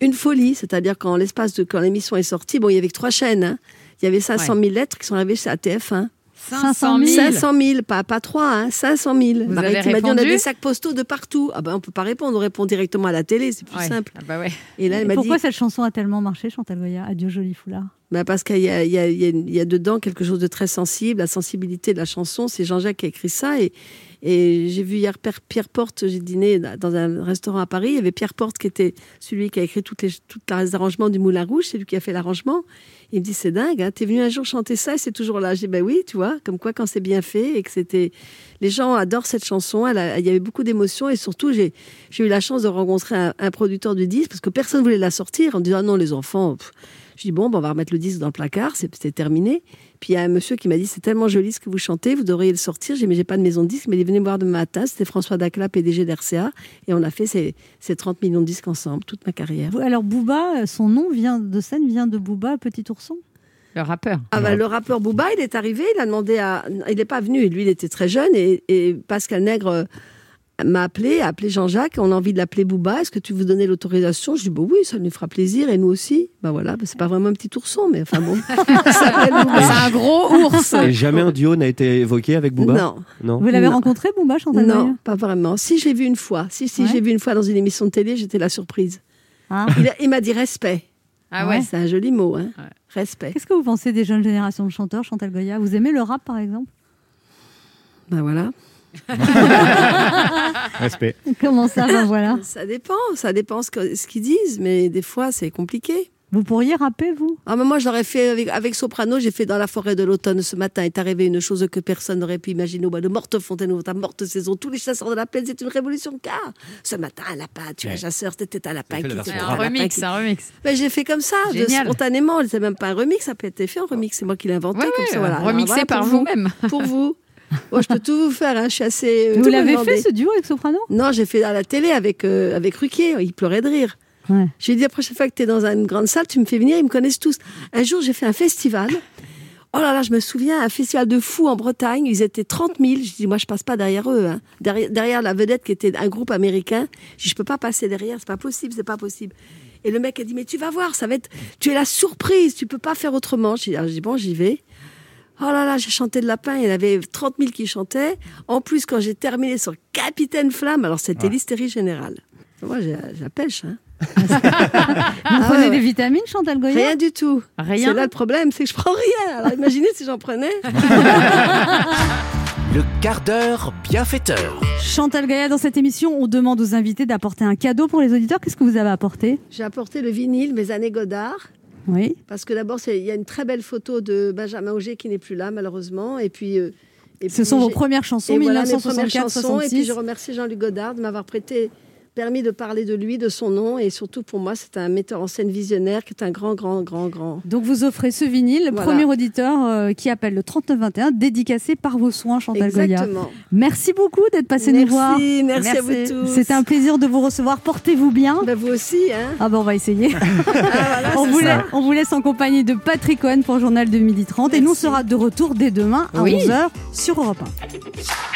Speaker 11: une folie, c'est-à-dire qu'en l'espace de quand l'émission est sortie, bon il y avait que trois chaînes, hein. il y avait 500 000 lettres qui sont arrivées à TF1.
Speaker 5: 500 000.
Speaker 11: 500 000, pas, pas 3, hein, 500 000.
Speaker 5: Vous
Speaker 11: Marie
Speaker 5: avez
Speaker 11: qui m'a dit, on a
Speaker 5: répondu
Speaker 11: des sacs postaux de partout. Ah ben, on peut pas répondre, on répond directement à la télé, c'est plus
Speaker 5: Ouais.
Speaker 11: simple.
Speaker 5: Ah bah ouais.
Speaker 11: Et là, elle
Speaker 1: Et
Speaker 11: m'a dit,
Speaker 1: Pourquoi cette chanson a tellement marché, Chantal Goya Adieu, joli foulard.
Speaker 11: Bah parce qu'il y, a- il y a- il y a- il y a dedans quelque chose de très sensible, la sensibilité de la chanson. C'est Jean-Jacques qui a écrit ça. Et, et j'ai vu hier Pierre, Pierre Porte, j'ai dîné dans un restaurant à Paris. Il y avait Pierre Porte qui était celui qui a écrit tous les, toutes les arrangements du Moulin Rouge. C'est lui qui a fait l'arrangement. Il me dit C'est dingue, hein, t'es venu un jour chanter ça et c'est toujours là. J'ai dit Ben oui, tu vois, comme quoi quand c'est bien fait et que c'était. Les gens adorent cette chanson. Elle a- il y avait beaucoup d'émotions et surtout, j'ai j'ai eu la chance de rencontrer un, un producteur du disque parce que personne voulait la sortir en disant Ah non, les enfants. pff, je dis, bon, ben, on va remettre le disque dans le placard, c'est c'est terminé. Puis il y a un monsieur qui m'a dit, c'est tellement joli ce que vous chantez, vous devriez le sortir. J'ai dit, mais j'ai pas de maison de disque, mais il est venu me voir demain matin, c'était François Dacla, PDG d'RCA, et on a fait ces, ces 30 millions de disques ensemble, toute ma carrière.
Speaker 3: Alors Booba, son nom vient de scène vient de Booba, petit ourson.
Speaker 5: Le rappeur.
Speaker 11: Ah bah, le rappeur Booba, il est arrivé, il a demandé à. Il n'est pas venu, lui, il était très jeune, et, et Pascal Nègre euh, m'a appelé, a appelé Jean-Jacques, on a envie de l'appeler Booba, est-ce que tu veux donner l'autorisation Je dis, bah oui, ça nous fera plaisir, et nous aussi. Bah voilà, bah, c'est pas vraiment un petit ourson, mais enfin
Speaker 5: (laughs)
Speaker 11: bon. Il s'appelle Booba.
Speaker 5: C'est un gros ours.
Speaker 6: Et jamais un duo n'a été évoqué avec Booba
Speaker 11: Non.
Speaker 6: Non.
Speaker 3: Vous l'avez
Speaker 11: Non.
Speaker 3: rencontré, Booba, Chantal Goya
Speaker 11: Non, pas vraiment. Si, j'ai vu une fois. Si, si, j'ai vu une fois dans une émission de télé, j'étais la surprise.
Speaker 3: Ah.
Speaker 11: Il, a- il m'a dit respect.
Speaker 5: Ah ouais.
Speaker 11: C'est un joli mot, hein. Respect.
Speaker 3: Qu'est-ce que vous pensez des jeunes générations de chanteurs, Chantal Goya Vous aimez le rap, par exemple
Speaker 11: Ben voilà.
Speaker 17: Respect.
Speaker 3: (laughs) Comment ça Ben voilà.
Speaker 11: Ça dépend, ça dépend ce que- ce qu'ils disent, mais des fois, c'est compliqué.
Speaker 3: Vous pourriez rapper, vous
Speaker 11: Ah, mais moi, je l'aurais fait avec, avec Soprano, j'ai fait dans la forêt de l'automne ce matin. Est arrivée une chose que personne n'aurait pu imaginer. Au bois de morte fontaine, ta morte saison, tous les chasseurs de la plaine, c'est une révolution. Car ce matin, un lapin, tu es
Speaker 5: Ouais.
Speaker 11: chasseur, t'étais un lapin.
Speaker 5: fait la
Speaker 11: qui
Speaker 5: version
Speaker 11: t'était
Speaker 5: rap. Un remix,
Speaker 11: lapin qui-
Speaker 5: un remix.
Speaker 11: Ben, j'ai fait comme ça, de-
Speaker 5: Génial.
Speaker 11: spontanément. C'est même pas un remix, ça peut être fait en remix. C'est moi qui l'ai inventé
Speaker 5: Ouais,
Speaker 11: comme
Speaker 5: ouais,
Speaker 11: ça. Voilà. Alors,
Speaker 5: euh, remixé
Speaker 11: voilà
Speaker 5: par
Speaker 11: pour
Speaker 5: vous-même.
Speaker 11: Pour vous. Moi, je peux tout vous faire. hein, Je suis assez. euh,
Speaker 3: Vous
Speaker 11: tout me
Speaker 3: l'avez
Speaker 11: demander.
Speaker 3: fait, ce duo avec Soprano
Speaker 11: Non, j'ai fait à la télé avec, euh, avec Ruquier. Il pleurait de rire. Je lui ai dit, la prochaine fois que tu es dans une grande salle, tu me fais venir, ils me connaissent tous. Un jour, j'ai fait un festival. Oh là là, je me souviens, un festival de fous en Bretagne. Ils étaient 30 000. Je dis, moi, je passe pas derrière eux. hein. Derrière, derrière la vedette qui était un groupe américain. Je dis, je peux pas passer derrière, c'est pas possible, c'est pas possible. Et le mec a dit, mais tu vas voir, ça va être, tu es la surprise, tu peux pas faire autrement. Je dis, ah, je dis, bon, j'y vais. Oh là là, j'ai chanté de lapin, il y en avait 30 000 qui chantaient. En plus, quand j'ai terminé sur Capitaine Flamme, alors c'était l'hystérie générale. Moi, j'ai j'ai la pêche.
Speaker 3: (laughs)
Speaker 11: Hein.
Speaker 3: Vous
Speaker 11: Ah
Speaker 3: prenez
Speaker 11: ouais, ouais.
Speaker 3: des vitamines, Chantal Goya
Speaker 11: Rien du tout.
Speaker 3: Rien.
Speaker 11: C'est là le problème, c'est que je prends rien. Alors imaginez si j'en prenais.
Speaker 2: Le quart d'heure bienfaiteur.
Speaker 3: Chantal Gaillard, dans cette émission, on demande aux invités d'apporter un cadeau pour les auditeurs. Qu'est-ce que vous avez apporté
Speaker 11: J'ai apporté le vinyle, mes années Godard.
Speaker 3: Oui.
Speaker 11: Parce que d'abord, c'est- il y a une très belle photo de Benjamin Auger qui n'est plus là, malheureusement. Et puis. euh, et
Speaker 3: Ce
Speaker 11: puis
Speaker 3: sont vos
Speaker 11: j'ai-
Speaker 3: premières chansons,
Speaker 11: et voilà, mes premières
Speaker 3: 1964,
Speaker 11: chansons. Et puis
Speaker 3: 66.
Speaker 11: je remercie Jean-Luc Godard de m'avoir prêté, permis de parler de lui, de son nom. Et surtout, pour moi, c'est un metteur en scène visionnaire qui est un grand, grand, grand, grand.
Speaker 3: Donc vous offrez ce vinyle,
Speaker 11: Voilà.
Speaker 3: premier auditeur euh, qui appelle le 3921, dédicacé par vos soins, Chantal Goya.
Speaker 11: Exactement.
Speaker 3: Merci beaucoup d'être passé nous
Speaker 11: Merci,
Speaker 3: voir.
Speaker 11: merci à vous tous.
Speaker 3: C'était un plaisir de vous recevoir. Portez-vous bien.
Speaker 11: vous aussi, hein.
Speaker 3: Ah ben on va essayer. (laughs) on, vous laisse, on vous laisse en compagnie de Patrick Cohen pour Journal de midi 30 et nous on sera de retour dès demain à
Speaker 5: Oui.
Speaker 3: 11h sur Europe 1.